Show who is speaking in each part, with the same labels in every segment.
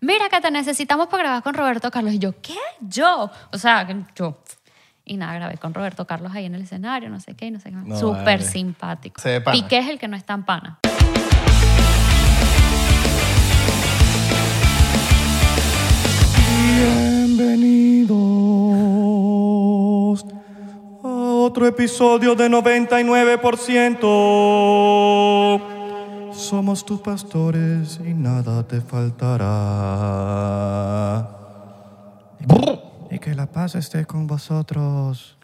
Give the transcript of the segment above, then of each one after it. Speaker 1: mira que te necesitamos para grabar con Roberto Carlos. Y yo, ¿qué? Yo. O sea, que yo. Y nada, grabé con Roberto Carlos ahí en el escenario, no sé qué, y no sé qué. más.
Speaker 2: No,
Speaker 1: Súper
Speaker 2: vale.
Speaker 1: simpático.
Speaker 2: Se ve pana.
Speaker 1: Piqué es el que no es tan pana.
Speaker 3: Bienvenidos a otro episodio de 99%. Somos tus pastores y nada te faltará. Y que la paz esté con vosotros,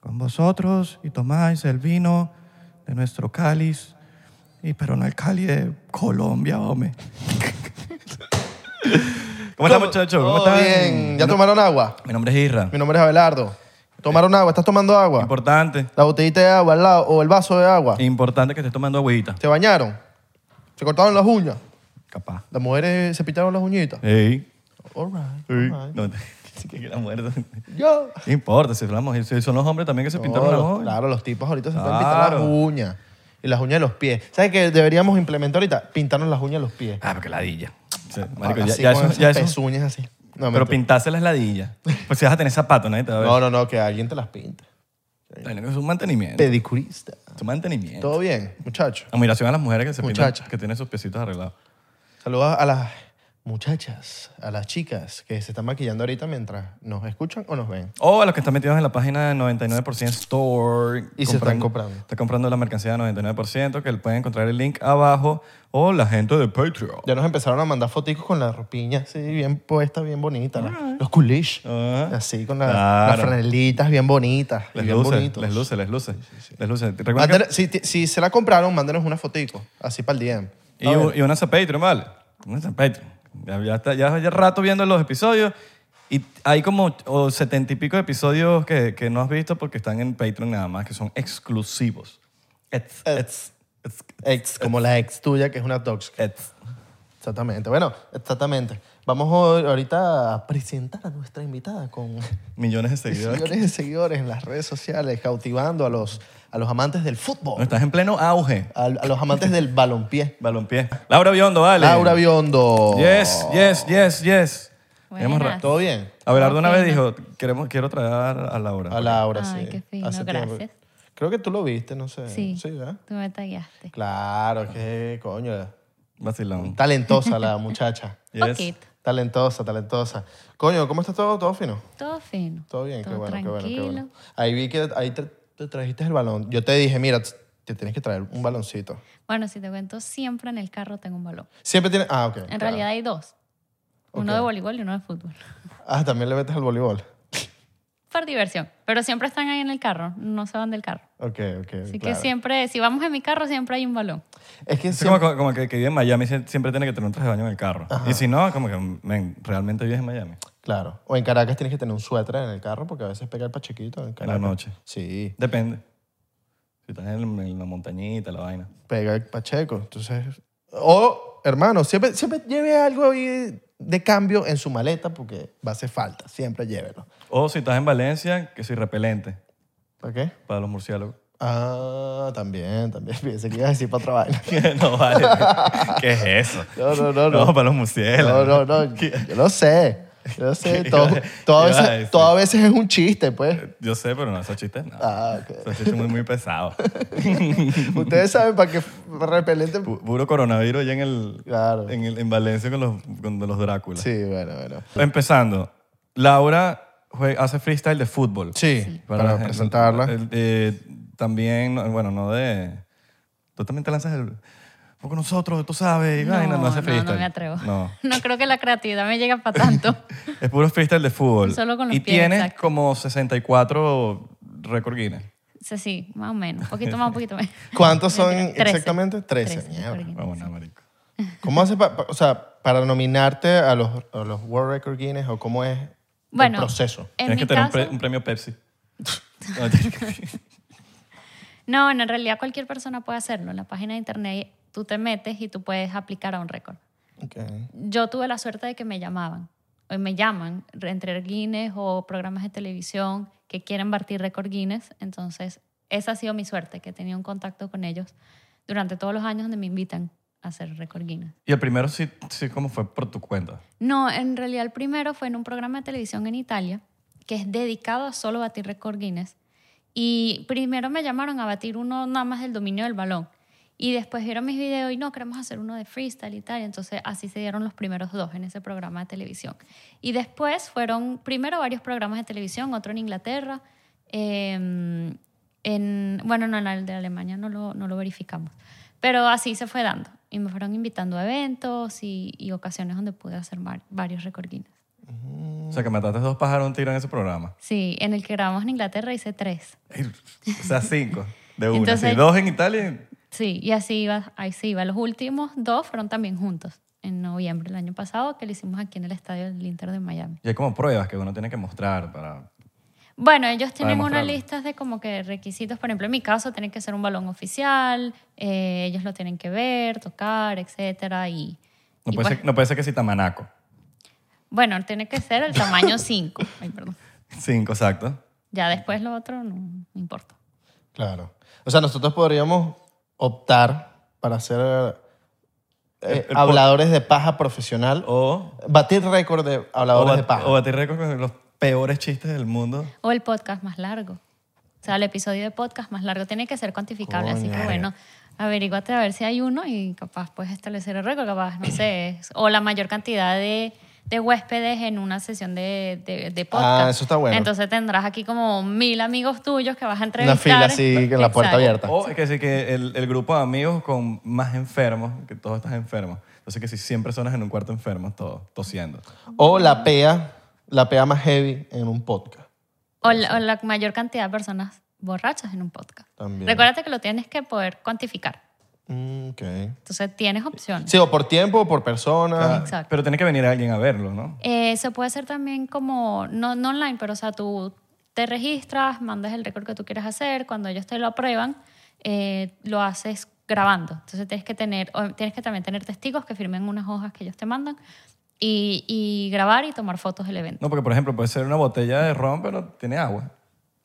Speaker 3: con vosotros, y tomáis el vino de nuestro cáliz, y pero no el cáliz de Colombia, hombre. ¿Cómo están, muchachos? ¿Cómo
Speaker 2: Todo
Speaker 3: están?
Speaker 2: bien. ¿Ya tomaron agua?
Speaker 3: Mi nombre es Isra.
Speaker 2: Mi nombre es Abelardo. ¿Tomaron agua? ¿Estás tomando agua?
Speaker 3: Importante.
Speaker 2: La botellita de agua al lado o el vaso de agua.
Speaker 3: Importante que estés tomando agüita.
Speaker 2: ¿Se bañaron? ¿Se cortaron las uñas?
Speaker 3: Capaz.
Speaker 2: ¿Las mujeres se pintaron las uñitas?
Speaker 3: Ey.
Speaker 2: All right,
Speaker 3: Ey.
Speaker 2: all right.
Speaker 3: No, que- que la mujer- No
Speaker 2: Yo.
Speaker 3: importa, si hablamos, si son los hombres también que se pintaron
Speaker 2: No,
Speaker 3: las
Speaker 2: los-
Speaker 3: uñas.
Speaker 2: Claro, los tipos ahorita se pueden
Speaker 3: Claro.
Speaker 2: pintar las uñas. Y las uñas de los pies. ¿Sabes qué deberíamos implementar ahorita? Pintarnos las uñas de los pies.
Speaker 3: Ah, porque ladilla. Sí, marico, ya,
Speaker 2: así
Speaker 3: ya
Speaker 2: con
Speaker 3: eso,
Speaker 2: esas
Speaker 3: ya eso-
Speaker 2: pezuñas así. No,
Speaker 3: pero
Speaker 2: mentira.
Speaker 3: pintarse las ladillas. Pues si vas a tener zapatos, nadie te va a ver.
Speaker 2: no, no, no, que alguien te las pinte.
Speaker 3: Bueno, Es un mantenimiento.
Speaker 2: Pedicurista.
Speaker 3: Es un mantenimiento.
Speaker 2: ¿Todo bien, muchacho?
Speaker 3: Admiración a las mujeres que se pintan,
Speaker 2: Muchacha.
Speaker 3: que tienen sus piecitos arreglados.
Speaker 2: Saludos a las muchachas, a las chicas que se están maquillando ahorita mientras nos escuchan o nos ven.
Speaker 3: O a los que están metidos en la página de 99% Store.
Speaker 2: Y se están comprando.
Speaker 3: Están comprando la mercancía de 99%, que pueden encontrar el link abajo. O la gente de Patreon.
Speaker 2: Ya nos empezaron a mandar foticos con la ropiña así bien puesta, bien bonita. la- Los culish.
Speaker 3: Ajá.
Speaker 2: Así con la-
Speaker 3: Ah. Claro.
Speaker 2: las franelitas bien bonitas. y
Speaker 3: Les
Speaker 2: bien
Speaker 3: luce,
Speaker 2: bonitos.
Speaker 3: les luce, les luce, les luce. Recuerden
Speaker 2: Mándale- si, ti- si se la compraron, mándenos una fotico. Así para el DM.
Speaker 3: que- y, un- y unas a Patreon, ¿vale? Unas a Patreon. Ya, ya, está- ya, ya rato viendo los episodios y hay como o setenta y pico de episodios que, que no has visto porque están en Patreon nada más, que son exclusivos. Ex, ex, ex,
Speaker 2: Ex, como la ex tuya, que es una tox.
Speaker 3: ex.
Speaker 2: Exactamente. Bueno, exactamente. Vamos hoy- ahorita a presentar a nuestra invitada con
Speaker 3: Millones de seguidores.
Speaker 2: millones de seguidores en las redes sociales, cautivando a los, a los amantes del
Speaker 3: No,
Speaker 2: fútbol,
Speaker 3: estás en pleno auge.
Speaker 2: a, a los amantes del balompié.
Speaker 3: Balompié. Laura Biondo, vale.
Speaker 2: Laura Biondo.
Speaker 3: Yes, yes, yes, yes.
Speaker 1: Buenas.
Speaker 3: Hemos ra-
Speaker 2: ¿Todo bien?
Speaker 3: Abelardo una vez dijo, queremos, quiero traer a Laura.
Speaker 2: A Laura,
Speaker 1: Ay,
Speaker 2: sí.
Speaker 1: qué fino,
Speaker 2: tiempo.
Speaker 1: gracias.
Speaker 2: Creo que tú lo viste, no sé.
Speaker 1: Sí.
Speaker 2: ¿verdad?
Speaker 1: Tú me tagueaste.
Speaker 2: Claro, es que coño.
Speaker 3: Vacilón.
Speaker 2: Talentosa la muchacha.
Speaker 3: Yes.
Speaker 1: Poquito.
Speaker 2: Talentosa, talentosa. Coño, ¿cómo está todo? ¿Todo fino?
Speaker 1: Todo fino.
Speaker 2: Todo bien, qué bueno,
Speaker 1: tranquilo.
Speaker 2: qué bueno, qué bueno. Ahí vi que ahí te, te trajiste el balón. Yo te dije, mira, t- te tienes que traer un baloncito.
Speaker 1: Bueno, si te cuento, siempre en el carro tengo un balón.
Speaker 2: Siempre tienes. Ah, ok.
Speaker 1: En
Speaker 2: claro.
Speaker 1: realidad hay dos. Uno
Speaker 2: Ok.
Speaker 1: de voleibol y uno de fútbol.
Speaker 2: Ah, también le metes al voleibol.
Speaker 1: Por diversión. Pero siempre están ahí en el carro. No se van del carro.
Speaker 2: Ok, ok.
Speaker 1: Así
Speaker 2: claro.
Speaker 1: que siempre, si vamos en mi carro, siempre hay un balón.
Speaker 2: Es que
Speaker 3: Es
Speaker 2: siempre.
Speaker 3: como, como- como que, que vive en Miami, sie- siempre tiene que tener un traje de baño en el carro. Y si no, como que men, realmente vives en Miami.
Speaker 2: Claro. O en Caracas tienes que tener un suéter en el carro porque a veces pega el pachequito en Caracas.
Speaker 3: noche.
Speaker 2: Sí,
Speaker 3: Depende. Si estás en, en la montañita, la vaina.
Speaker 2: pega el pacheco. Entonces. O, hermano, siempre, siempre lleve algo ahí de cambio en su maleta porque va a hacer falta. Siempre llévelo.
Speaker 3: O si estás en Valencia, que soy repelente
Speaker 2: ¿Para qué?
Speaker 3: para los murciélagos.
Speaker 2: Ah, también, también. Pensé que ibas a decir para otra vaina.
Speaker 3: no vale. ¿Qué es eso?
Speaker 2: No, no, no,
Speaker 3: No,
Speaker 2: no.
Speaker 3: para los
Speaker 2: No,
Speaker 3: murciélagos.
Speaker 2: no, no. Yo lo sé. Yo lo sé.
Speaker 3: ¿Qué
Speaker 2: Todo,
Speaker 3: iba-
Speaker 2: todo a
Speaker 3: qué iba a
Speaker 2: veces,
Speaker 3: decir?
Speaker 2: todo a veces es un chiste, pues.
Speaker 3: Yo sé, pero no, esos chistes no.
Speaker 2: Ah, ok.
Speaker 3: Esos chistes muy, muy pesados.
Speaker 2: Ustedes saben para qué repelente.
Speaker 3: Pu- Puro coronavirus allá en el,
Speaker 2: Claro.
Speaker 3: en, el- en Valencia con los, con los Dráculas.
Speaker 2: Sí, bueno, bueno.
Speaker 3: Empezando, Laura jue- hace freestyle de fútbol.
Speaker 2: Sí, para,
Speaker 3: la-
Speaker 2: presentarla.
Speaker 3: el- eh, también, no, bueno, no de... Tú también te lanzas el... Porque nosotros, tú sabes, y vaina, no, hace
Speaker 1: no,
Speaker 3: freestyle.
Speaker 1: no me atrevo.
Speaker 3: No.
Speaker 1: No creo que la creatividad me llegue para tanto.
Speaker 3: Es puro freestyle de fútbol.
Speaker 1: Solo con los
Speaker 3: y
Speaker 1: pies,
Speaker 3: tienes
Speaker 1: exacto.
Speaker 3: como 64 récord Guinness.
Speaker 1: O sea, sí, más o menos. Un poquito más, un poquito menos.
Speaker 2: ¿Cuántos son
Speaker 1: Eh, Trece.
Speaker 2: exactamente? Trece.
Speaker 1: Trece,
Speaker 2: Mierda.
Speaker 1: por ejemplo.
Speaker 3: Vamos, no, Ah, marico.
Speaker 2: ¿Cómo haces pa- pa- o sea, para nominarte a los, a los World Record Guinness o cómo es
Speaker 1: Bueno,
Speaker 2: el proceso?
Speaker 1: En
Speaker 3: tienes
Speaker 1: mi
Speaker 3: que tener un, pre-
Speaker 1: caso,
Speaker 3: un premio Pepsi. No, tienes que-
Speaker 1: no, bueno, en realidad cualquier persona puede hacerlo. En la página de internet tú te metes y tú puedes aplicar a un récord.
Speaker 2: Ok.
Speaker 1: Yo tuve la suerte de que me llamaban. Hoy me llaman entre Guinness o programas de televisión que quieren batir récord Guinness. Entonces, esa ha sido mi suerte, que he tenido un contacto con ellos durante todos los años donde me invitan hacer récord Guinness.
Speaker 3: Y el primero sí, sí como fue por tu cuenta.
Speaker 1: No, en realidad el primero fue en un programa de televisión en Italia que es dedicado a solo batir récord Guinness. Y primero me llamaron a batir uno nada más del dominio del balón. Y después vieron mis videos y no, queremos hacer uno de freestyle y tal. Entonces así se dieron los primeros dos en ese programa de televisión. Y después fueron primero varios programas de televisión, otro en Inglaterra. eh, en, bueno, no, en el de Alemania no lo, no lo verificamos. Pero así se fue dando. Y me fueron invitando a eventos y, y ocasiones donde pude hacer mar- varios récord Guinness.
Speaker 3: O sea, que mataste dos pájaros de un tiro en ese programa.
Speaker 1: Sí, en el que grabamos en Inglaterra hice tres.
Speaker 3: O sea, cinco de una.
Speaker 1: Entonces-
Speaker 3: sí, dos en Italia.
Speaker 1: Sí, y así iba, ahí sí iba. Los últimos dos fueron también juntos, en noviembre del año pasado, que lo hicimos aquí en el estadio del Inter de Miami.
Speaker 3: Y hay como pruebas que uno tiene que mostrar para...
Speaker 1: Bueno, ellos tienen
Speaker 3: demostrarlo.
Speaker 1: unas listas de como que requisitos, por ejemplo, en mi caso tienen que ser un balón oficial, eh, ellos lo tienen que ver, tocar, etcétera, y...
Speaker 3: No
Speaker 1: y pues,
Speaker 3: puede, ser, no puede ser que si tamanaco.
Speaker 1: Bueno, tiene que ser el tamaño 5. Ay, perdón.
Speaker 3: Cinco, exacto.
Speaker 1: Ya después lo otro no, no importa.
Speaker 2: Claro. O sea, nosotros podríamos optar para ser eh,
Speaker 3: El- el
Speaker 2: habladores de paja profesional o
Speaker 3: O,
Speaker 2: batir récord de habladores
Speaker 3: o,
Speaker 2: de
Speaker 3: bat-
Speaker 2: paja.
Speaker 3: o batir récord con los peores chistes del mundo.
Speaker 1: O el podcast más largo. O sea, el episodio de podcast más largo tiene que ser cuantificable. Así que
Speaker 3: Coño.
Speaker 1: bueno, averíguate a ver si hay uno y capaz puedes establecer el récord, capaz, no sé. es- O la mayor cantidad de, de huéspedes en una sesión de, de, de podcast.
Speaker 2: Ah, eso está bueno.
Speaker 1: Entonces tendrás aquí como mil amigos tuyos que vas a entrevistar.
Speaker 2: Una fila así con la puerta
Speaker 1: Exacto.
Speaker 2: abierta.
Speaker 3: O que sí, que el, el grupo de amigos con más enfermos, que todos estás enfermos. Entonces que si 100 personas en un cuarto enfermos, todos tosiendo.
Speaker 2: O la pea, la pea más heavy en un podcast.
Speaker 1: O la, o la mayor cantidad de personas borrachas en un podcast.
Speaker 2: También.
Speaker 1: Recuérdate que lo tienes que poder cuantificar.
Speaker 2: Mm, ok.
Speaker 1: Entonces tienes opciones.
Speaker 2: Sí, o por tiempo o por persona.
Speaker 1: Exacto.
Speaker 3: Pero tiene que venir alguien a verlo, ¿no?
Speaker 1: Eh, se puede hacer también como, no, no online, pero o sea, tú te registras, mandas el récord que tú quieres hacer, cuando ellos te lo aprueban, eh, lo haces grabando. Entonces tienes que, tener, o tienes que también tener testigos que firmen unas hojas que ellos te mandan y, y grabar y tomar fotos del evento.
Speaker 3: No, porque por ejemplo puede ser una botella de ron, pero tiene agua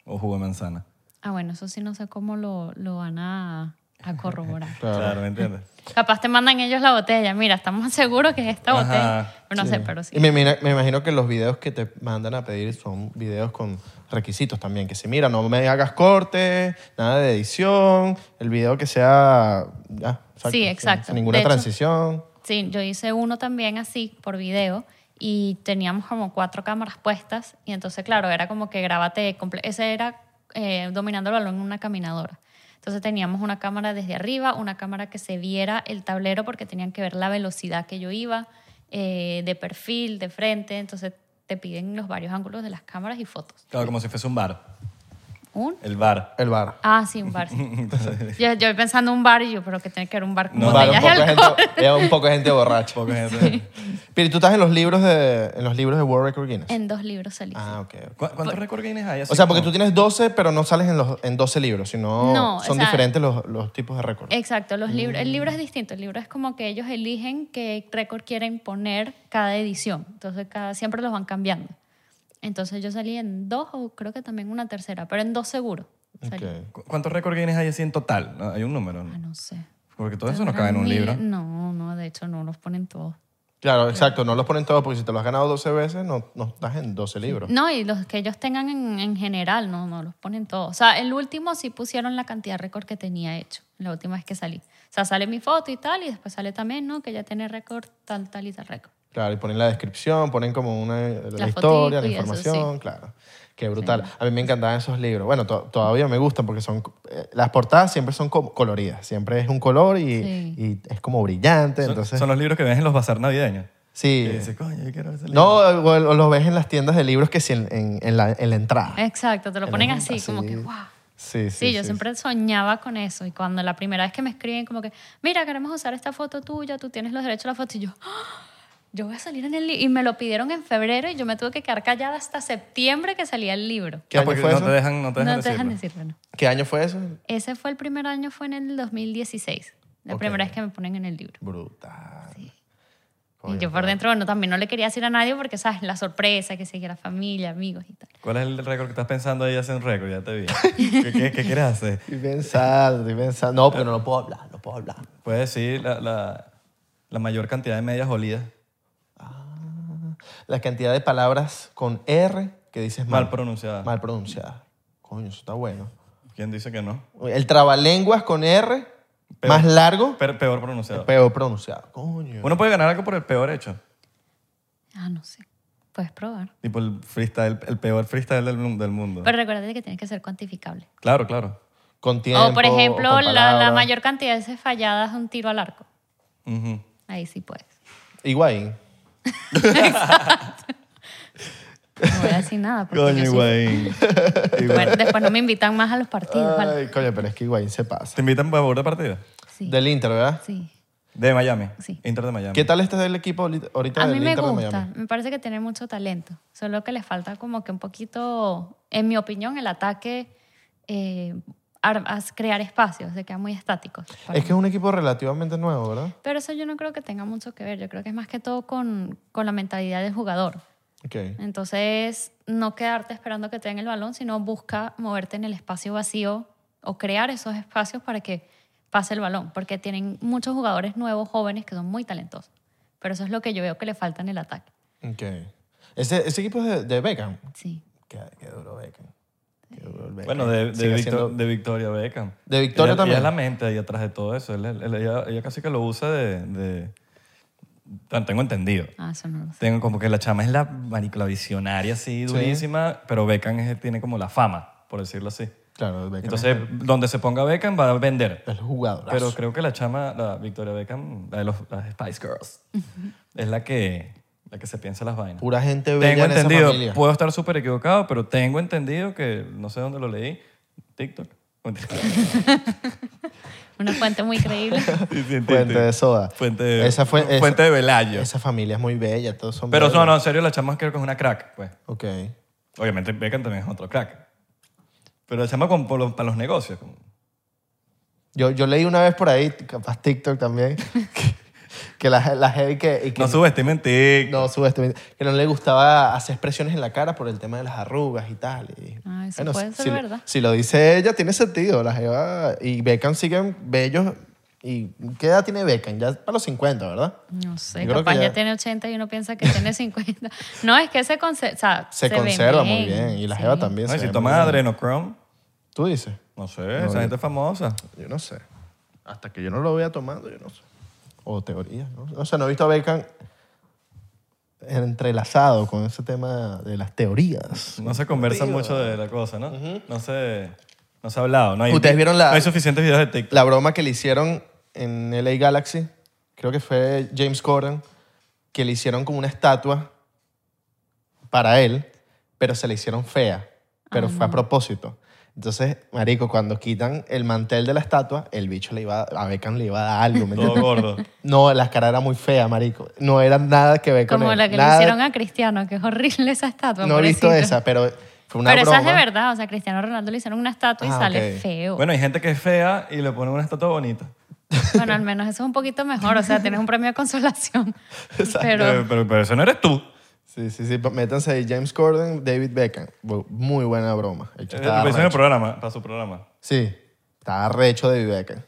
Speaker 3: o jugo de manzana.
Speaker 1: Ah, bueno, eso sí no sé cómo lo, lo van a, a corroborar.
Speaker 2: Claro.
Speaker 3: ¿me entiendes?
Speaker 1: Capaz te mandan ellos la botella, mira, estamos seguros que es esta
Speaker 3: Ajá,
Speaker 1: botella. Pero no sé, pero sí.
Speaker 2: Y me, imagino- me imagino que los videos que te mandan a pedir son videos con requisitos también. Que si, mira, no me hagas cortes, nada de edición, el video que sea... ah,
Speaker 1: Sí,
Speaker 2: sin-
Speaker 1: exacto.
Speaker 2: sin ninguna
Speaker 1: De hecho-
Speaker 2: transición.
Speaker 1: Sí, yo hice uno también así, por video, y teníamos como cuatro cámaras puestas, y entonces, claro, era como que grábate, comple- ese era eh, dominando el balón en una caminadora. Entonces teníamos una cámara desde arriba, una cámara que se viera el tablero porque tenían que ver la velocidad que yo iba, eh, de perfil, de frente, entonces te piden los varios ángulos de las cámaras y fotos.
Speaker 3: Claro, como si fuese un bar.
Speaker 1: ¿Un?
Speaker 3: El bar.
Speaker 2: El bar.
Speaker 1: Ah, sí, un bar. sí. yo, yo pensando un bar y yo, pero que tiene que ver un bar con
Speaker 3: No,
Speaker 2: Un bar, un
Speaker 1: botellas de
Speaker 2: poco
Speaker 1: alcohol.
Speaker 2: de gente, era un poco de gente borracha.
Speaker 3: Poca gente.
Speaker 2: Pero tú estás en los libros de, en los libros de World Record Guinness.
Speaker 1: En dos libros salí.
Speaker 2: Ah, ok. ok.
Speaker 3: ¿Cu- ¿Cuántos récord Guinness hay? así
Speaker 2: O sea, porque tú
Speaker 3: como-
Speaker 2: tienes 12, pero no sales en, los, en 12 libros, sino
Speaker 1: No, o
Speaker 2: son
Speaker 1: sea-
Speaker 2: diferentes los, los tipos de récords.
Speaker 1: Exacto, los libros, el
Speaker 3: Mm.
Speaker 1: libro es distinto. El libro es como que ellos eligen qué récord quieren poner cada edición. Entonces, cada, siempre los van cambiando. Entonces, yo salí en dos o creo que también una tercera, pero en dos seguro. salí.
Speaker 2: Ok.
Speaker 3: ¿Cu- ¿Cuántos récord Guinness hay así en total? ¿No? Hay un número.
Speaker 1: Ah,
Speaker 3: ¿no?
Speaker 1: no sé.
Speaker 3: Porque todo eso no cabe en un
Speaker 1: Mil-
Speaker 3: libro.
Speaker 1: No, no, de hecho no los ponen todos.
Speaker 2: Claro, exacto. No los ponen todos porque si te los has ganado 12 veces, no, no estás en 12 libros.
Speaker 1: No, y los que ellos tengan en, en general, no, no los ponen todos. O sea, el último sí pusieron la cantidad de récord que tenía hecho, la última vez que salí. O sea, sale mi foto y tal, y después sale también, ¿no? Que ya tiene récord, tal, tal y tal récord.
Speaker 2: Claro, y ponen la descripción, ponen como una, la,
Speaker 1: La
Speaker 2: historia, la
Speaker 1: fotico y eso,
Speaker 2: información, claro. Qué brutal. A mí me encantaban esos libros. Bueno, to- todavía me gustan porque son... eh, las portadas siempre son co- coloridas. Siempre es un color y,
Speaker 1: Sí.
Speaker 2: y es como brillante.
Speaker 3: Son,
Speaker 2: entonces,
Speaker 3: son los libros que ves en los bazar navideños.
Speaker 2: sí.
Speaker 3: Y dices, coño, yo quiero ese libro.
Speaker 2: No, o, o los ves en las tiendas de libros que sí en, en- en la, en la entrada.
Speaker 3: Ah.
Speaker 1: Exacto, te lo
Speaker 2: En
Speaker 1: ponen
Speaker 2: la-
Speaker 1: así, como que,
Speaker 2: así.
Speaker 1: wow.
Speaker 2: Sí, sí,
Speaker 1: Eh, Sí, yo siempre soñaba con eso. Y cuando la primera vez que me escriben, como que, mira, queremos usar esta foto tuya, tú tienes los derechos a la foto. Y yo, "Ah, yo voy a salir en el libro. Y me lo pidieron en febrero y yo me tuve que quedar callada hasta septiembre que salía el libro.
Speaker 2: ¿Qué
Speaker 3: Ah,
Speaker 2: año
Speaker 3: porque
Speaker 2: fue
Speaker 3: no
Speaker 2: eso?
Speaker 3: te dejan, no te dejan
Speaker 1: no te dejan
Speaker 3: decirlo.
Speaker 1: decirlo, no.
Speaker 2: ¿Qué año fue eso?
Speaker 1: Ese fue el primer año, fue en el 2016. La
Speaker 2: Ok.
Speaker 1: primera vez que me ponen en el libro.
Speaker 2: Brutal.
Speaker 1: y yo por dentro, bueno, también no le quería decir a nadie porque, ¿sabes? La sorpresa, que siguiera familia, amigos y tal.
Speaker 3: ¿Cuál es el récord que estás pensando ahí hacer un récord? Ya te vi. ¿Qué, qué, qué quieres hacer?
Speaker 2: Estoy pensando, estoy pensando. No, pero no puedo hablar, no puedo hablar.
Speaker 3: Puedes decir la, la, la mayor cantidad de medias olidas
Speaker 2: La cantidad de palabras con R que dices mal.
Speaker 3: mal pronunciadas.
Speaker 2: Mal pronunciadas. Coño, eso está bueno.
Speaker 3: ¿Quién dice que no?
Speaker 2: El trabalenguas con R,
Speaker 3: Peor.
Speaker 2: más largo,
Speaker 3: Pe- peor pronunciado.
Speaker 2: peor pronunciado. Coño.
Speaker 3: Uno puede ganar algo por el peor hecho.
Speaker 1: Ah, no sé. Puedes probar.
Speaker 3: Tipo el freestyle, el peor freestyle del, mu- del mundo.
Speaker 1: Pero recuérdate que tiene que ser cuantificable.
Speaker 3: Claro, claro.
Speaker 2: con tiempo.
Speaker 1: o, por ejemplo,
Speaker 2: con
Speaker 1: la, la
Speaker 2: palabras.
Speaker 1: mayor cantidad de veces falladas de un tiro al arco.
Speaker 3: Ujú.
Speaker 1: Ahí sí puedes.
Speaker 2: Higuaín.
Speaker 1: No voy a decir nada. Porque yo
Speaker 3: Coño,
Speaker 1: soy-
Speaker 3: Higuaín. Higuaín.
Speaker 1: Bueno, después no me invitan más a los partidos. ¿vale?
Speaker 2: Ay, coño, pero es que Higuaín se pasa.
Speaker 3: ¿Te invitan para jugar de partida?
Speaker 1: Sí,
Speaker 2: Del Inter, ¿verdad?
Speaker 1: sí.
Speaker 3: De Miami.
Speaker 1: Sí.
Speaker 3: Inter de Miami.
Speaker 2: ¿Qué tal está el equipo ahorita- ahorita
Speaker 1: A
Speaker 2: del
Speaker 1: mí me
Speaker 2: Inter de
Speaker 1: gusta.
Speaker 2: Miami?
Speaker 1: Me parece que tiene mucho talento. Solo que le falta como que un poquito, en mi opinión, el ataque eh, ar- a crear espacios. Se quedan muy estáticos. para
Speaker 2: Es que es un equipo relativamente nuevo, ¿verdad?
Speaker 1: Pero eso yo no creo que tenga mucho que ver. Yo creo que es más que todo con, con la mentalidad del jugador.
Speaker 2: Ok.
Speaker 1: Entonces, no quedarte esperando que te den el balón, sino busca moverte en el espacio vacío o crear esos espacios para que pase el balón. Porque tienen muchos jugadores nuevos, jóvenes, que son muy talentosos. Pero eso es lo que yo veo que le falta en el ataque.
Speaker 2: Ok. Ese, ese equipo es de, de Beckham.
Speaker 1: Sí.
Speaker 2: Qué, qué duro Beckham. Qué duro el Beckham.
Speaker 3: Bueno, de, de
Speaker 2: Sigue
Speaker 3: Victor-
Speaker 2: siendo-
Speaker 3: de Victoria Beckham.
Speaker 2: De Victoria
Speaker 3: Ella-
Speaker 2: también.
Speaker 3: Ella es la mente ahí atrás de todo eso. Él- él- ella, ella casi que lo usa de... de- Tan- Tengo entendido.
Speaker 1: Ah, eso no lo sé.
Speaker 3: Tengo como que la chama es la marico, la visionaria así, durísima, pero Beckham es- tiene como la fama, por decirlo así.
Speaker 2: Claro, Beckham
Speaker 3: Entonces, donde se ponga Beckham va a vender.
Speaker 2: es el jugador.
Speaker 3: Pero creo que la chama, la Victoria Beckham, la de los, las Spice Girls, es la que, la que se piensa las vainas.
Speaker 2: Pura gente bella
Speaker 3: Tengo
Speaker 2: en esa
Speaker 3: entendido,
Speaker 2: familia.
Speaker 3: puedo estar súper equivocado, pero tengo entendido que, no sé dónde lo leí, TikTok.
Speaker 1: Una fuente muy creíble.
Speaker 2: Fuente de soda.
Speaker 3: Fuente de,
Speaker 2: Esa fue- esa-
Speaker 3: fuente de Velayo.
Speaker 2: Esa familia es muy bella, todos son
Speaker 3: Pero
Speaker 2: bellos.
Speaker 3: no, no, en serio, la chama creo que es una crack, pues.
Speaker 2: Ok.
Speaker 3: Obviamente Beckham también es otro crack. Pero la chama con, por los- para los negocios. como-
Speaker 2: Yo, yo leí una vez por ahí, capaz TikTok también, que, que la, la heavy que... y que
Speaker 3: No subestimen TikTok.
Speaker 2: no subestimen- que no le gustaba hacer expresiones en la cara por el tema de las arrugas y tal. y-
Speaker 1: Ah, eso puede
Speaker 2: si-
Speaker 1: ser
Speaker 2: si,
Speaker 1: verdad.
Speaker 2: Si lo dice ella, tiene sentido. La jeva y Beckham siguen bellos. ¿Y qué edad tiene Beckham? Ya para los 50, ¿verdad?
Speaker 1: No sé,
Speaker 2: Yo creo que
Speaker 1: capaz ya...
Speaker 2: ya-
Speaker 1: tiene 80 y uno piensa que tiene 50. No, es que se, conse- o sea,
Speaker 2: Se,
Speaker 1: ven
Speaker 2: conserva muy bien. Y la
Speaker 1: sí.
Speaker 2: jeva también.
Speaker 3: No, y
Speaker 2: se
Speaker 3: si
Speaker 2: ve
Speaker 3: tomas
Speaker 2: muy bien.
Speaker 3: adrenochrome,
Speaker 2: ¿Tú dices?
Speaker 3: no sé, esa gente es famosa.
Speaker 2: Yo no sé. Hasta que yo no lo vea tomando, yo no sé. O teoría, ¿no? O sea, no he visto a Beckham entrelazado con ese tema de las teorías.
Speaker 3: No se conversa mucho de la cosa, ¿no? No se... No se ha hablado. No hay,
Speaker 2: Ustedes vieron la-
Speaker 3: No hay suficientes videos de TikTok.
Speaker 2: La broma que le hicieron en LA Galaxy, creo que fue James Corden, que le hicieron como una estatua para él, pero se le hicieron fea, pero fue a propósito. Entonces, marico, cuando quitan el mantel de la estatua, el bicho le iba a, a Beckham le iba a dar algo, ¿me
Speaker 3: Todo
Speaker 2: entiendes?
Speaker 3: gordo.
Speaker 2: No, la cara era muy fea, marico. No era nada que ver con
Speaker 1: Como
Speaker 2: él,
Speaker 1: la que
Speaker 2: nada.
Speaker 1: le hicieron a Cristiano, que es horrible esa estatua.
Speaker 2: No he visto
Speaker 1: pobrecito.
Speaker 2: esa, pero fue una
Speaker 1: Pero
Speaker 2: broma.
Speaker 1: esa es de verdad, o sea, a Cristiano Ronaldo le hicieron una estatua y
Speaker 2: Ah,
Speaker 1: sale
Speaker 2: ok.
Speaker 1: feo. Bueno.
Speaker 3: Bueno, hay gente que es fea y le ponen una estatua bonita.
Speaker 1: al menos eso es un poquito mejor, o sea, tienes un premio de consolación.
Speaker 3: Eh,
Speaker 1: Pero
Speaker 3: pero, pero eso no eres tú.
Speaker 2: Sí, sí, sí. Métanse ahí. James Corden, David Beckham. Bu- Muy buena broma. El
Speaker 3: Eh,
Speaker 2: chico
Speaker 3: Lo
Speaker 2: estaba
Speaker 3: que hizo en el
Speaker 2: arrecho.
Speaker 3: programa, para su programa.
Speaker 2: Sí, estaba recho David Beckham.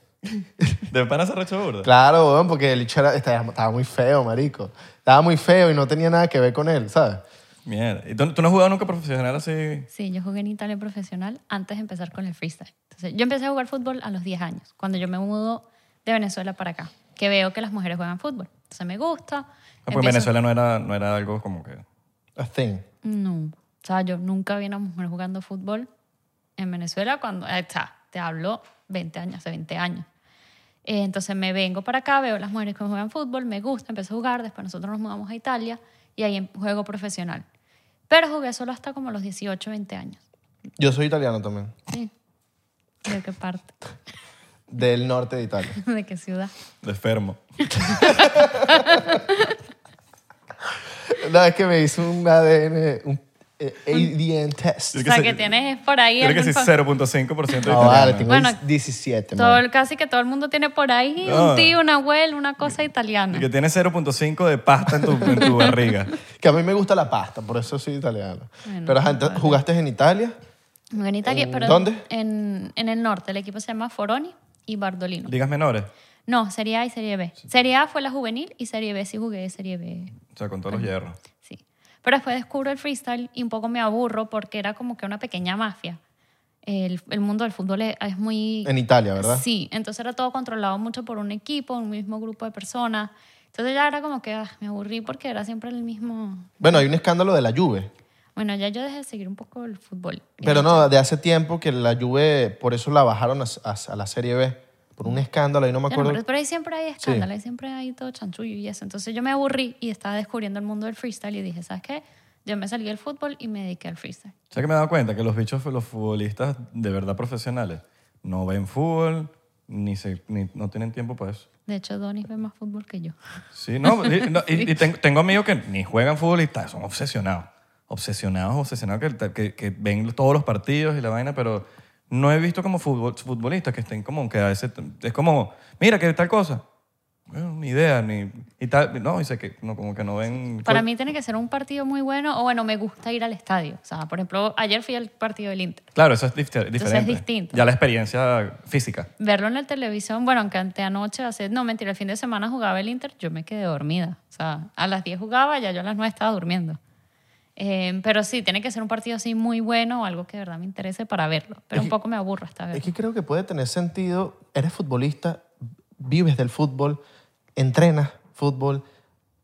Speaker 3: De pana se recho burda.
Speaker 2: Claro, weón, porque el bicho era- estaba, estaba muy feo, marico. Estaba muy feo y no tenía nada que ver con él, ¿sabes?
Speaker 3: Mierda. ¿Y tú, tú no has jugado nunca profesional así? Ah,
Speaker 1: sí, yo jugué en Italia profesional antes de empezar con el freestyle. Entonces, yo empecé a jugar fútbol a los 10 años, cuando yo me mudo de Venezuela para acá, que veo que las mujeres juegan fútbol. Entonces me gusta.
Speaker 3: Ah, pues en
Speaker 1: empiezo-
Speaker 3: Venezuela no era, no era algo como que...
Speaker 2: A thing.
Speaker 1: No. O sea, yo nunca vi a una mujer jugando fútbol en Venezuela cuando. eh, O sea, te hablo 20 años, hace 20 años. Eh, entonces me vengo para acá, veo las mujeres que juegan fútbol, me gusta, empiezo a jugar. Después nosotros nos mudamos a Italia y ahí em- juego profesional. Pero jugué solo hasta como los 18, 20 años.
Speaker 2: Yo soy italiano también.
Speaker 1: Sí. ¿De qué parte?
Speaker 2: Del norte de Italia.
Speaker 1: ¿De qué ciudad?
Speaker 3: De enfermo.
Speaker 2: Una vez que me hizo un ADN, un eh, ADN test.
Speaker 1: O
Speaker 3: Creo que
Speaker 1: sea,
Speaker 3: se-
Speaker 1: que tienes por ahí.
Speaker 3: Creo que sí,
Speaker 1: algún fa-
Speaker 3: 0.5% de
Speaker 2: No, vale,
Speaker 3: italiano.
Speaker 2: tengo
Speaker 1: Bueno,
Speaker 2: 17,
Speaker 1: todo,
Speaker 2: man.
Speaker 1: el- Casi que todo el mundo tiene por ahí
Speaker 3: No.
Speaker 1: un tío, una abuela, una cosa italiana.
Speaker 3: Ah. Y que tienes 0.5 de pasta en tu, en tu barriga.
Speaker 2: Que a mí me gusta la pasta, por eso soy italiano.
Speaker 1: Bueno,
Speaker 2: pero ajá, entonces, jugaste en Italia,
Speaker 1: Jugué en Italia,
Speaker 2: ¿En
Speaker 1: pero
Speaker 2: dónde?
Speaker 1: En, en el norte. El equipo se llama Foroni y Bardolino.
Speaker 3: Ligas menores.
Speaker 1: No, Serie A y Serie B. Serie A fue la juvenil y Serie B sí jugué Serie B.
Speaker 3: O sea, con todos los hierros.
Speaker 1: Sí. Pero después descubro el freestyle y un poco me aburro porque era como que una pequeña mafia. El, el mundo del fútbol es, es muy...
Speaker 2: En Italia, ¿verdad?
Speaker 1: Sí, entonces era todo controlado mucho por un equipo, un mismo grupo de personas. Entonces ya era como que ah, me aburrí porque era siempre el mismo...
Speaker 2: Bueno, hay un escándalo de la Juve.
Speaker 1: Bueno, ya yo dejé de seguir un poco el fútbol.
Speaker 2: Pero no, de hace tiempo que la Juve, por eso la bajaron a, a- a la Serie B. Por un escándalo, ahí no me
Speaker 1: Ya no,
Speaker 2: acuerdo.
Speaker 1: pero, pero ahí siempre hay escándalo, ahí siempre hay todo chanchullo y eso. Entonces yo me aburrí y estaba descubriendo el mundo del freestyle y dije, ¿sabes qué? Yo me salí del fútbol y me dediqué al freestyle.
Speaker 3: O sea, que me he dado cuenta que los bichos, los futbolistas de verdad profesionales, no ven fútbol, ni, se, ni no tienen tiempo para eso.
Speaker 1: De hecho, Donis ve más fútbol que yo.
Speaker 3: Sí, no, y, no, y- y tengo, tengo amigos que ni juegan fútbol y están- son obsesionados. Obsesionados, obsesionados, que, que, que ven todos los partidos y la vaina, pero no he visto como futbol- futbolistas que estén como que a veces es como, mira, que tal cosa. Bueno, ni idea, ni. Y tal, no, dice que no, como que no ven.
Speaker 1: Para mí tiene que ser un partido muy bueno o bueno, me gusta ir al estadio. O sea, por ejemplo, ayer fui al partido del Inter.
Speaker 3: Claro, eso es dif- diferente.
Speaker 1: distinto.
Speaker 3: Ya la experiencia física.
Speaker 1: Verlo en la televisión, bueno, aunque ante anoche, hace, no mentira, el fin de semana jugaba el Inter, yo me quedé dormida. O sea, a las 10 jugaba, ya yo a las 9 estaba durmiendo. Eh, pero sí, tiene que ser un partido así muy bueno o algo que de verdad me interese para verlo. Pero un poco me aburro hasta
Speaker 2: Es
Speaker 1: verlo.
Speaker 2: que creo que puede tener sentido. Eres futbolista, vives del fútbol, entrenas fútbol,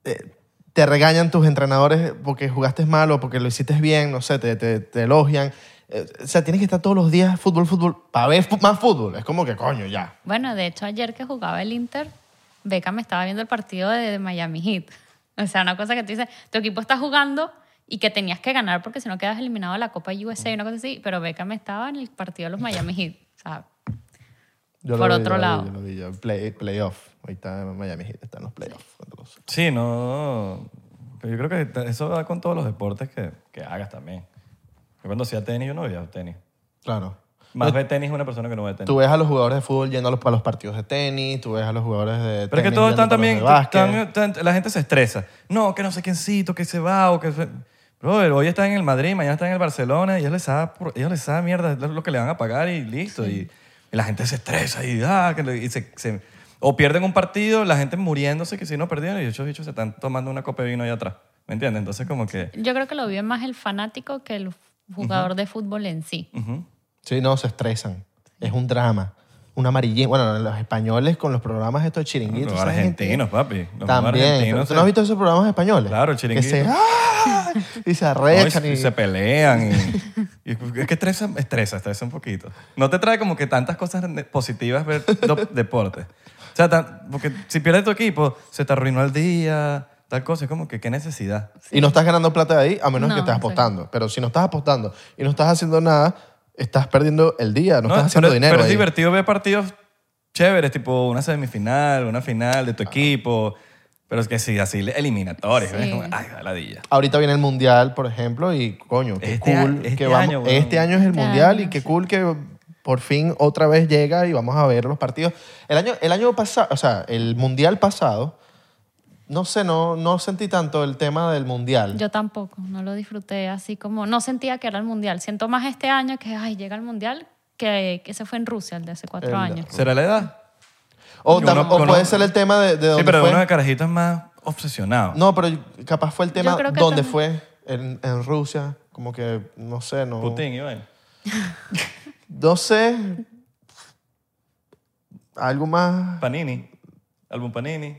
Speaker 2: eh, te regañan tus entrenadores porque jugaste mal o porque lo hiciste bien, no sé, te, te- te elogian. Eh, o sea, tienes que estar todos los días fútbol, fútbol, para ver fu- más fútbol. Es como que, coño, ya.
Speaker 1: Bueno, de hecho, ayer que jugaba el Inter, Beckham me estaba viendo el partido de Miami Heat. O sea, una cosa que tú dices, tu equipo está jugando y que tenías que ganar porque si no quedas eliminado de la Copa USA y una cosa así, pero Beckham estaba en el partido de los Miami Heat. O sea,
Speaker 2: Yo lo
Speaker 1: Por
Speaker 2: vi,
Speaker 1: otro
Speaker 2: yo lo vi,
Speaker 1: lado.
Speaker 2: yo lo vi, yo- play- playoff. Ahí está Miami Heat, están los playoffs. Entonces,
Speaker 3: Sí, no. Pero yo creo que ta- eso va con todos los deportes que, que hagas también. Yo cuando hacía tenis, yo no veía tenis.
Speaker 2: Claro.
Speaker 3: Más ve tenis una persona que no ve tenis.
Speaker 2: Tú ves a los jugadores de fútbol yendo a los, a los partidos de tenis, tú ves a los jugadores de
Speaker 3: Pero es que
Speaker 2: tenis
Speaker 3: todos
Speaker 2: yendo
Speaker 3: están
Speaker 2: para los de
Speaker 3: también,
Speaker 2: básquet.
Speaker 3: están- eh, están- La gente se estresa. No, que no sé quiéncito, que se va o que. se- Brother, hoy está en el Madrid, mañana está en el Barcelona, y ellos les da, por- ellos les da mierda, es lo que le van a pagar y listo. Y, y la gente se estresa y, ah, que le- y se, se- O pierden un partido, la gente muriéndose, que si no perdieron, y ellos bichos se están tomando una copa de vino allá atrás. ¿Me entiendes? Entonces, como que.
Speaker 1: Yo creo que lo vive más el fanático que el jugador de fútbol en sí.
Speaker 3: ujú.
Speaker 2: Sí, no, se estresan. Es un drama. Un amarillín. Bueno, los españoles con los programas estos de chiringuitos.
Speaker 3: Los
Speaker 2: esa gente-
Speaker 3: argentinos, papi. Los
Speaker 2: También.
Speaker 3: argentinos
Speaker 2: ¿Tú
Speaker 3: se-
Speaker 2: no has visto esos programas españoles?
Speaker 3: Claro, el chiringuito.
Speaker 2: Que se, ¡Ah! y se
Speaker 3: no, y
Speaker 2: arrechan.
Speaker 3: se- y
Speaker 2: y-
Speaker 3: se pelean. y- y es que estresa, estresa, estresa un poquito. No te trae como que tantas cosas ne- positivas ver do- deporte. O sea, tan- porque si pierdes tu equipo, se te arruinó el día, tal cosa. Es como que qué necesidad.
Speaker 2: y no estás ganando plata de ahí, a menos
Speaker 1: No,
Speaker 2: que estés
Speaker 1: sí.
Speaker 2: apostando. Pero si no estás apostando y no estás haciendo nada, estás perdiendo el día, no, estás haciendo
Speaker 3: pero,
Speaker 2: dinero.
Speaker 3: pero es
Speaker 2: ahí.
Speaker 3: divertido ver partidos chéveres, tipo una semifinal, una final de tu equipo. Pero es que sí, así eliminatorios.
Speaker 1: Sí.
Speaker 3: ¿ves? Como, Ay, da ladilla.
Speaker 2: Ahorita viene el mundial, por ejemplo, y coño, qué
Speaker 3: Este a-
Speaker 2: cool
Speaker 3: este
Speaker 2: que vamos-
Speaker 3: año, weón.
Speaker 2: este año es el
Speaker 1: Este
Speaker 2: mundial
Speaker 1: año,
Speaker 2: y qué
Speaker 1: sí.
Speaker 2: cool que por fin otra vez llega y vamos a ver los partidos. El año, el año pasado, o sea, el mundial pasado, no sé, no, no sentí tanto el tema del mundial.
Speaker 1: Yo tampoco, no lo disfruté así como, no sentía que era el mundial. Siento más este año que, ay, llega el mundial, que, que se fue en Rusia el de hace cuatro
Speaker 2: El-
Speaker 1: años.
Speaker 3: ¿Será la edad?
Speaker 2: o
Speaker 3: Yo
Speaker 2: tam-
Speaker 3: no-
Speaker 2: o
Speaker 3: yo no-
Speaker 2: puede ser el tema de, de
Speaker 3: Sí,
Speaker 2: dónde
Speaker 3: pero
Speaker 2: fue.
Speaker 3: uno de carajitos es más obsesionado.
Speaker 2: No, pero capaz fue el tema
Speaker 1: creo que
Speaker 2: dónde
Speaker 1: tam-
Speaker 2: fue, en, en Rusia, como que, no sé, no...
Speaker 3: Putin, Iván.
Speaker 2: No sé, algo más...
Speaker 3: Panini. Álbum Panini.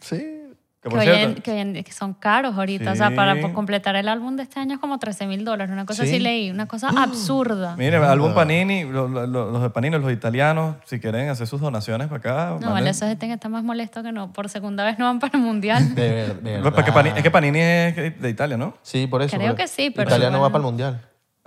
Speaker 2: Sí,
Speaker 3: Que
Speaker 1: Que
Speaker 3: por
Speaker 1: hoy,
Speaker 3: cierto,
Speaker 1: en- que hoy en- que son caros ahorita, o sea,
Speaker 3: Sí.
Speaker 1: para po- completar el álbum de este año es como 13 mil dólares, una cosa
Speaker 2: Sí.
Speaker 1: así leí, una cosa
Speaker 3: ¡Ah!
Speaker 1: absurda.
Speaker 3: mire, álbum Panini, lo- lo- lo- los de Panini, los italianos, si quieren hacer sus donaciones para acá.
Speaker 1: No,
Speaker 3: manden-
Speaker 1: vale, eso gente que está más molesto que no, por segunda vez no van para el mundial.
Speaker 2: de, ver- de
Speaker 3: Pues, porque
Speaker 2: verdad.
Speaker 3: Panini- es que Panini es de Italia, ¿no?
Speaker 2: Sí, por eso.
Speaker 1: Creo que sí, pero
Speaker 2: Italia no va
Speaker 1: bueno.
Speaker 2: para el mundial.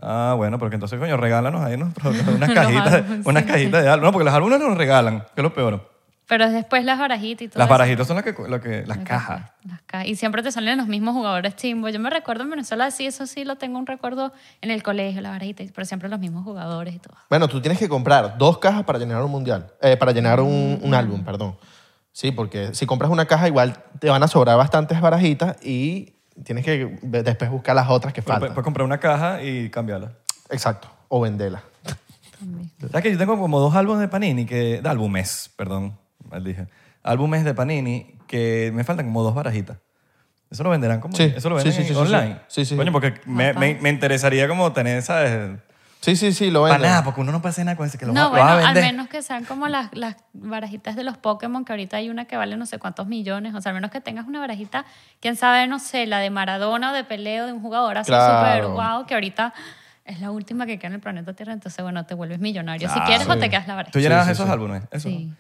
Speaker 3: Ah, bueno, porque entonces, coño, regálanos ahí ¿no? unas
Speaker 1: Los
Speaker 3: cajitas,
Speaker 1: álbumes,
Speaker 3: unas
Speaker 1: sí.
Speaker 3: cajitas de álbum. No, porque los álbumes no los regalan, que es lo peor.
Speaker 1: Pero es después las barajitas y todo
Speaker 3: Las
Speaker 1: eso.
Speaker 3: barajitas son las, que, lo que, las cajas.
Speaker 1: Las ca- Y siempre te salen los mismos jugadores chimbo. Yo me recuerdo en Venezuela, sí, eso sí lo tengo un recuerdo en el colegio, la varita, pero siempre los mismos jugadores y todo.
Speaker 2: Bueno, tú tienes que comprar dos cajas para llenar un mundial. eh, para llenar un,
Speaker 1: Mm.
Speaker 2: un álbum, perdón. Sí, porque si compras una caja, igual te van a sobrar bastantes barajitas y tienes que ve- después buscar las otras que
Speaker 3: Pero
Speaker 2: faltan.
Speaker 3: Puedes puedes Pues, comprar una caja y cambiarla.
Speaker 2: Exacto. O venderlas.
Speaker 1: También.
Speaker 3: ¿Sabes que yo tengo como dos álbumes de Panini, que, de álbumes, perdón. mal dije. Álbumes de Panini que me faltan como dos barajitas. Eso lo venderán como.
Speaker 2: Sí,
Speaker 3: Eso lo
Speaker 2: sí, sí,
Speaker 3: venden
Speaker 2: sí,
Speaker 3: en-
Speaker 2: sí, sí.
Speaker 3: online.
Speaker 2: Sí, sí.
Speaker 3: Coño, porque me, me- me interesaría como tener, ¿sabes?
Speaker 2: Sí, sí, sí, lo
Speaker 3: Para
Speaker 2: venden.
Speaker 3: nada, porque uno no puede hacer nada con ese que lo, va-
Speaker 1: No,
Speaker 3: lo va
Speaker 1: bueno,
Speaker 3: a
Speaker 1: al
Speaker 3: vender.
Speaker 1: menos que sean como las, las barajitas de los Pokémon, que ahorita hay una que vale no sé cuántos millones. O sea, al menos que tengas una barajita, quién sabe, no sé, la de Maradona o de Peleo de un jugador así
Speaker 2: Claro.
Speaker 1: súper guau, que ahorita es la última que queda en el planeta Tierra. Entonces, bueno, te vuelves millonario.
Speaker 3: Claro.
Speaker 1: si quieres o
Speaker 2: Sí.
Speaker 1: te quedas la barajita.
Speaker 3: Tú llenabas
Speaker 2: Sí, sí,
Speaker 3: esos
Speaker 2: sí.
Speaker 3: álbumes. Eso. ¿no?
Speaker 1: Sí,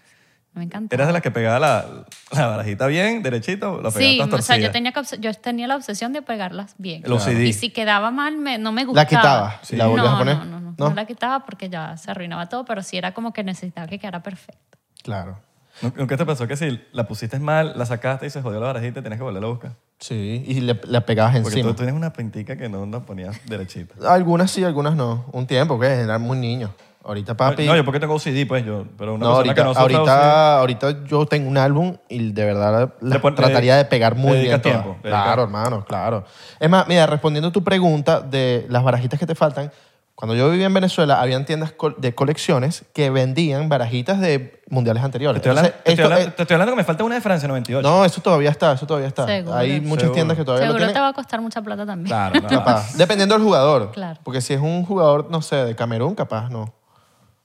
Speaker 1: me encanta.
Speaker 3: Eras de las que pegaba la, la barajita bien, derechito, la pegaba
Speaker 1: Sí,
Speaker 3: todas
Speaker 1: o sea, yo
Speaker 3: torcidas.
Speaker 1: tenía, que obs- yo tenía la obsesión de pegarlas bien.
Speaker 3: Los CD.
Speaker 1: Y si quedaba mal, me- no me gustaba.
Speaker 2: La quitaba,
Speaker 3: Sí.
Speaker 2: la volvías
Speaker 1: no,
Speaker 2: a poner.
Speaker 1: No, no, no, no la quitaba porque ya se arruinaba todo, pero sí era como que necesitaba que quedara perfecto.
Speaker 2: Claro.
Speaker 3: ¿Nun- ¿Nunca te pasó que si la pusiste mal, la sacaste y se jodió la barajita y tenías que volverla a buscar?
Speaker 2: Sí, y le, la pegabas
Speaker 3: Porque
Speaker 2: encima.
Speaker 3: tú tienes una pintica que no la ponías derechita.
Speaker 2: Algunas sí, algunas no. Un tiempo, que era muy niño. Ahorita, papi.
Speaker 3: No, yo porque tengo OCD, pues yo. Pero una
Speaker 2: No,
Speaker 3: persona
Speaker 2: ahorita,
Speaker 3: que no sufra OCD,
Speaker 2: ahorita, ahorita yo tengo un álbum y de verdad la
Speaker 3: Le pon- le-
Speaker 2: trataría de pegar
Speaker 3: le
Speaker 2: muy bien.
Speaker 3: dedicas
Speaker 2: todas.
Speaker 3: tiempo, le dedicas-
Speaker 2: Claro, hermano, claro. Es más, mira, respondiendo a tu pregunta de las barajitas que te faltan, cuando yo vivía en Venezuela, habían tiendas col- de colecciones que vendían barajitas de mundiales
Speaker 3: Te
Speaker 2: anteriores.
Speaker 3: estoy, hablando,
Speaker 2: Entonces,
Speaker 3: te, estoy
Speaker 2: esto
Speaker 3: hablando,
Speaker 2: es-
Speaker 3: te estoy hablando que me falta una de Francia 98.
Speaker 2: no, eso todavía está, eso todavía está.
Speaker 1: Seguro.
Speaker 2: Hay muchas
Speaker 3: Seguro.
Speaker 2: tiendas que todavía lo
Speaker 1: Seguro
Speaker 2: tienen.
Speaker 1: te va a costar mucha plata también.
Speaker 3: Claro, no.
Speaker 2: capaz. Dependiendo del jugador.
Speaker 1: Claro.
Speaker 2: Porque si es un jugador, no sé, de Camerún, capaz no.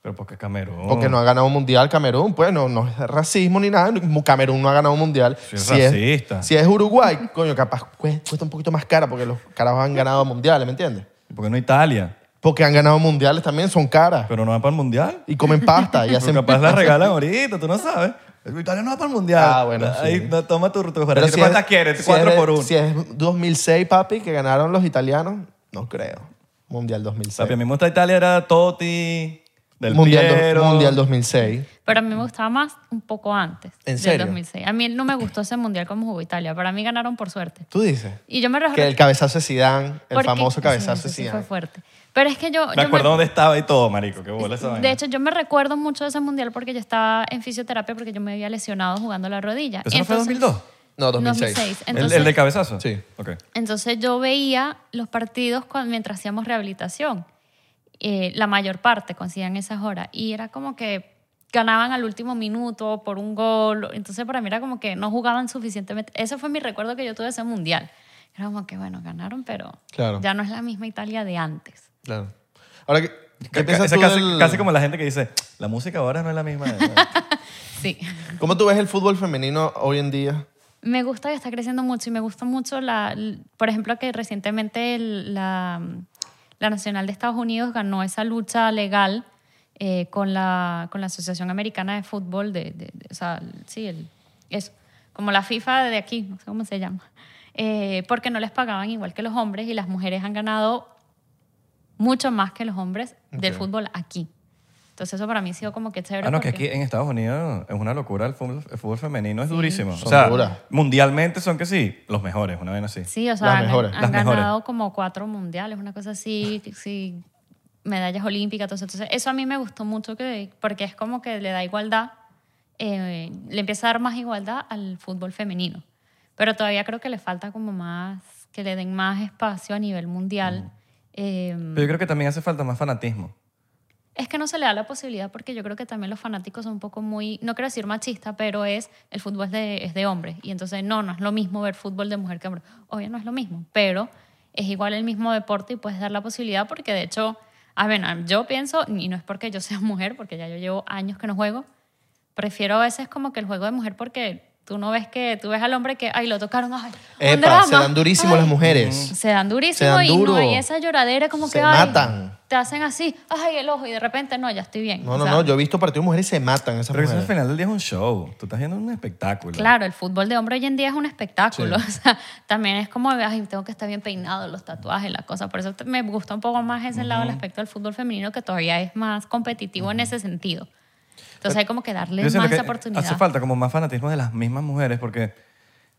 Speaker 3: Pero porque Camerún.
Speaker 2: Porque no ha ganado un mundial Camerún, pues no, no es racismo ni nada. no- Camerún no ha ganado un mundial.
Speaker 3: Sí, es racista.
Speaker 2: si es Uruguay, coño, capaz cue- cuesta, un poquito más cara porque los carajos han ganado mundiales, ¿me entiendes?
Speaker 3: Porque no Italia.
Speaker 2: Porque han ganado mundiales también, son caras.
Speaker 3: Pero no va para el mundial.
Speaker 2: Y comen pasta y
Speaker 3: Pero
Speaker 2: hacen...
Speaker 3: capaz la regalan ahorita, tú no sabes. Italia no va para el mundial.
Speaker 2: Ah, bueno, sí.
Speaker 3: Ahí no, toma tu, tu
Speaker 2: Pero
Speaker 3: barajita. ¿Cuántas quieres? Cuatro
Speaker 2: es de-
Speaker 3: por uno.
Speaker 2: Si es 2006, papi, que ganaron los italianos, no creo. Mundial 2006.
Speaker 3: Papi, a mí me gusta Italia, era Totti, Del
Speaker 2: mundial, do-
Speaker 3: Piero.
Speaker 2: mundial 2006.
Speaker 1: Pero a mí me gustaba más un poco antes.
Speaker 2: ¿En
Speaker 1: del
Speaker 2: serio?
Speaker 1: 2006. A mí no me gustó ese mundial como jugó Italia. Para mí ganaron por suerte.
Speaker 2: ¿Tú dices?
Speaker 1: Y yo me re-
Speaker 2: Que el cabezazo de Zidane, el
Speaker 1: porque-
Speaker 2: famoso cabezazo
Speaker 1: sí, ese
Speaker 2: de
Speaker 1: sí fue
Speaker 2: Zidane.
Speaker 1: fuerte. Pero es que yo. yo
Speaker 3: Me acuerdo dónde estaba y todo, marico. Qué bola esa vaina.
Speaker 1: De hecho, yo me recuerdo mucho de ese mundial porque yo estaba en fisioterapia porque yo me había lesionado jugando la rodilla.
Speaker 3: ¿Eso no fue
Speaker 1: Entonces-
Speaker 3: 2002?
Speaker 2: no, 2006.
Speaker 1: 2006.
Speaker 3: ¿El-
Speaker 1: Entonces,
Speaker 3: ¿El, de cabezazo?
Speaker 2: Sí.
Speaker 3: Ok.
Speaker 1: entonces yo veía los partidos cuan- mientras hacíamos rehabilitación. Eh, la mayor parte coincidían esas horas. Y era como que ganaban al último minuto por un gol. Entonces para mí era como que no jugaban suficientemente. Ese fue mi recuerdo que yo tuve de ese mundial. Era como que, bueno, ganaron, pero
Speaker 2: Claro.
Speaker 1: ya no es la misma Italia de antes.
Speaker 2: Claro. Ahora, ¿qué, qué
Speaker 3: Ca-
Speaker 2: piensas
Speaker 3: esa
Speaker 2: tú
Speaker 3: casi,
Speaker 2: del-
Speaker 3: casi como la gente que dice, la música ahora no es la misma.
Speaker 1: Sí.
Speaker 2: ¿Cómo tú ves el fútbol femenino hoy en día?
Speaker 1: Me gusta que está creciendo mucho y me gusta mucho, la, l- por ejemplo, que recientemente el- la, la Nacional de Estados Unidos ganó esa lucha legal eh, con, la, con la Asociación Americana de Fútbol, de, de- de- o sea, el- sí, el, eso, como la FIFA de aquí, no sé cómo se llama, eh, porque no les pagaban igual que los hombres y las mujeres han ganado mucho más que los hombres del
Speaker 2: Ok.
Speaker 1: fútbol aquí. Entonces eso para mí ha sido como que chévere.
Speaker 3: ah, no, que
Speaker 1: porque-
Speaker 3: aquí en Estados Unidos es una locura el fútbol, el fútbol femenino, es durísimo.
Speaker 2: Son
Speaker 3: o sea,
Speaker 2: duras.
Speaker 3: mundialmente son que sí, los mejores, una vez así.
Speaker 1: Sí, o sea,
Speaker 2: Las
Speaker 1: han,
Speaker 2: mejores.
Speaker 1: han
Speaker 3: Las
Speaker 1: ganado
Speaker 3: mejores.
Speaker 1: como cuatro mundiales, una cosa así, sí, medallas olímpicas, todo eso. Entonces, eso a mí me gustó mucho que, porque es como que le da igualdad, eh, le empieza a dar más igualdad al fútbol femenino. Pero todavía creo que le falta como más, que le den más espacio a nivel mundial. Eh,
Speaker 3: Pero yo creo que también hace falta más fanatismo.
Speaker 1: es que no se le da la posibilidad porque yo creo que también los fanáticos son un poco muy, no quiero decir machista, pero es, el fútbol es de, es de hombres. Y entonces no, no es lo mismo ver fútbol de mujer que hombre. Obvio no es lo mismo, pero es igual el mismo deporte y puedes dar la posibilidad porque de hecho, a ver, no, yo pienso, y no es porque yo sea mujer, porque ya yo llevo años que no juego, prefiero a veces como que el juego de mujer porque tú no ves que, tú ves al hombre que, ay, lo tocaron, ay, un
Speaker 2: Epa, se
Speaker 1: drama,
Speaker 2: dan durísimo
Speaker 1: ay,
Speaker 2: las mujeres.
Speaker 1: se dan durísimo
Speaker 2: Se dan
Speaker 1: y
Speaker 2: duro.
Speaker 1: no hay esa lloradera como
Speaker 2: Se
Speaker 1: que ay,
Speaker 2: matan.
Speaker 1: te hacen así, ay, el ojo y de repente no, ya estoy bien.
Speaker 2: No,
Speaker 1: O
Speaker 2: no,
Speaker 1: sea,
Speaker 2: no. Yo he visto partidos de mujeres y se matan esas
Speaker 3: Pero que eso al
Speaker 2: mujeres.
Speaker 3: final del día es un show. Tú estás viendo un espectáculo.
Speaker 1: Claro, el fútbol de hombre hoy en día es un espectáculo.
Speaker 2: Sí.
Speaker 1: O sea, también es como, ay, tengo que estar bien peinado, los tatuajes, las cosas. Por eso te- me gusta un poco más ese lado, el aspecto del fútbol femenino, que todavía es más competitivo en ese sentido. Entonces hay como que darle
Speaker 3: Yo
Speaker 1: más
Speaker 3: siento
Speaker 1: esa
Speaker 3: que
Speaker 1: oportunidad.
Speaker 3: Hace falta como más fanatismo de las mismas mujeres porque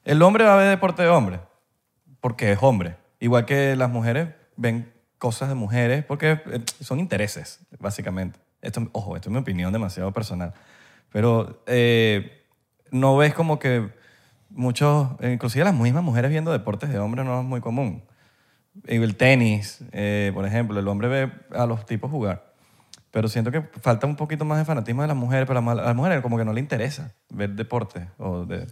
Speaker 3: el hombre va a ver deporte de hombre porque es hombre. Igual que las mujeres ven cosas de mujeres porque eh, son intereses, básicamente. Esto, ojo, esto es mi opinión demasiado personal. Pero eh, no ves como que muchos, eh, inclusive las mismas mujeres viendo deportes de hombre no es muy común. El tenis, eh, por ejemplo, el hombre ve a los tipos jugar Pero siento que falta un poquito más de fanatismo de las mujeres, pero a las- a las mujeres como que no le interesa ver deporte. O de,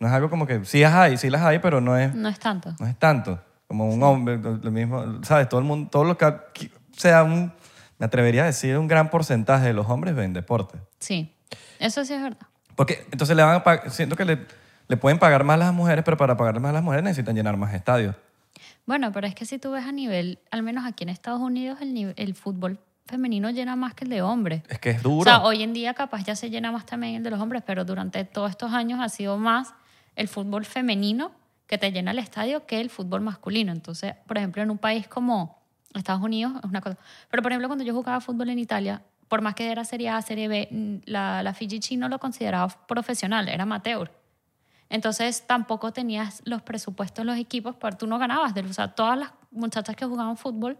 Speaker 3: no es algo como que sí las hay, sí las hay, pero no es,
Speaker 1: No es tanto.
Speaker 3: no es tanto. Como un hombre, lo lo mismo, ¿sabes? Todo el mundo, todos los que, o sea, un- me atrevería a decir un gran porcentaje de los hombres ven deporte.
Speaker 1: Sí. Eso sí es verdad.
Speaker 3: Porque entonces le van a pag- siento que le, le pueden pagar más a las mujeres, pero para pagar más a las mujeres necesitan llenar más estadios.
Speaker 1: Bueno, pero es que si tú ves a nivel, al menos aquí en Estados Unidos, el, nive- el fútbol femenino llena más que el de hombres.
Speaker 3: Es que es duro.
Speaker 1: O sea, hoy en día capaz ya se llena más también el de los hombres, pero durante todos estos años ha sido más el fútbol femenino que te llena el estadio que el fútbol masculino. Entonces, por ejemplo, en un país como Estados Unidos es una cosa. Pero, por ejemplo, cuando yo jugaba fútbol en Italia, por más que era Serie A, Serie B, n- la, la Fiji no lo consideraba profesional, era amateur. Entonces tampoco tenías los presupuestos, los equipos, pero tú no ganabas. de- O sea, todas las muchachas que jugaban fútbol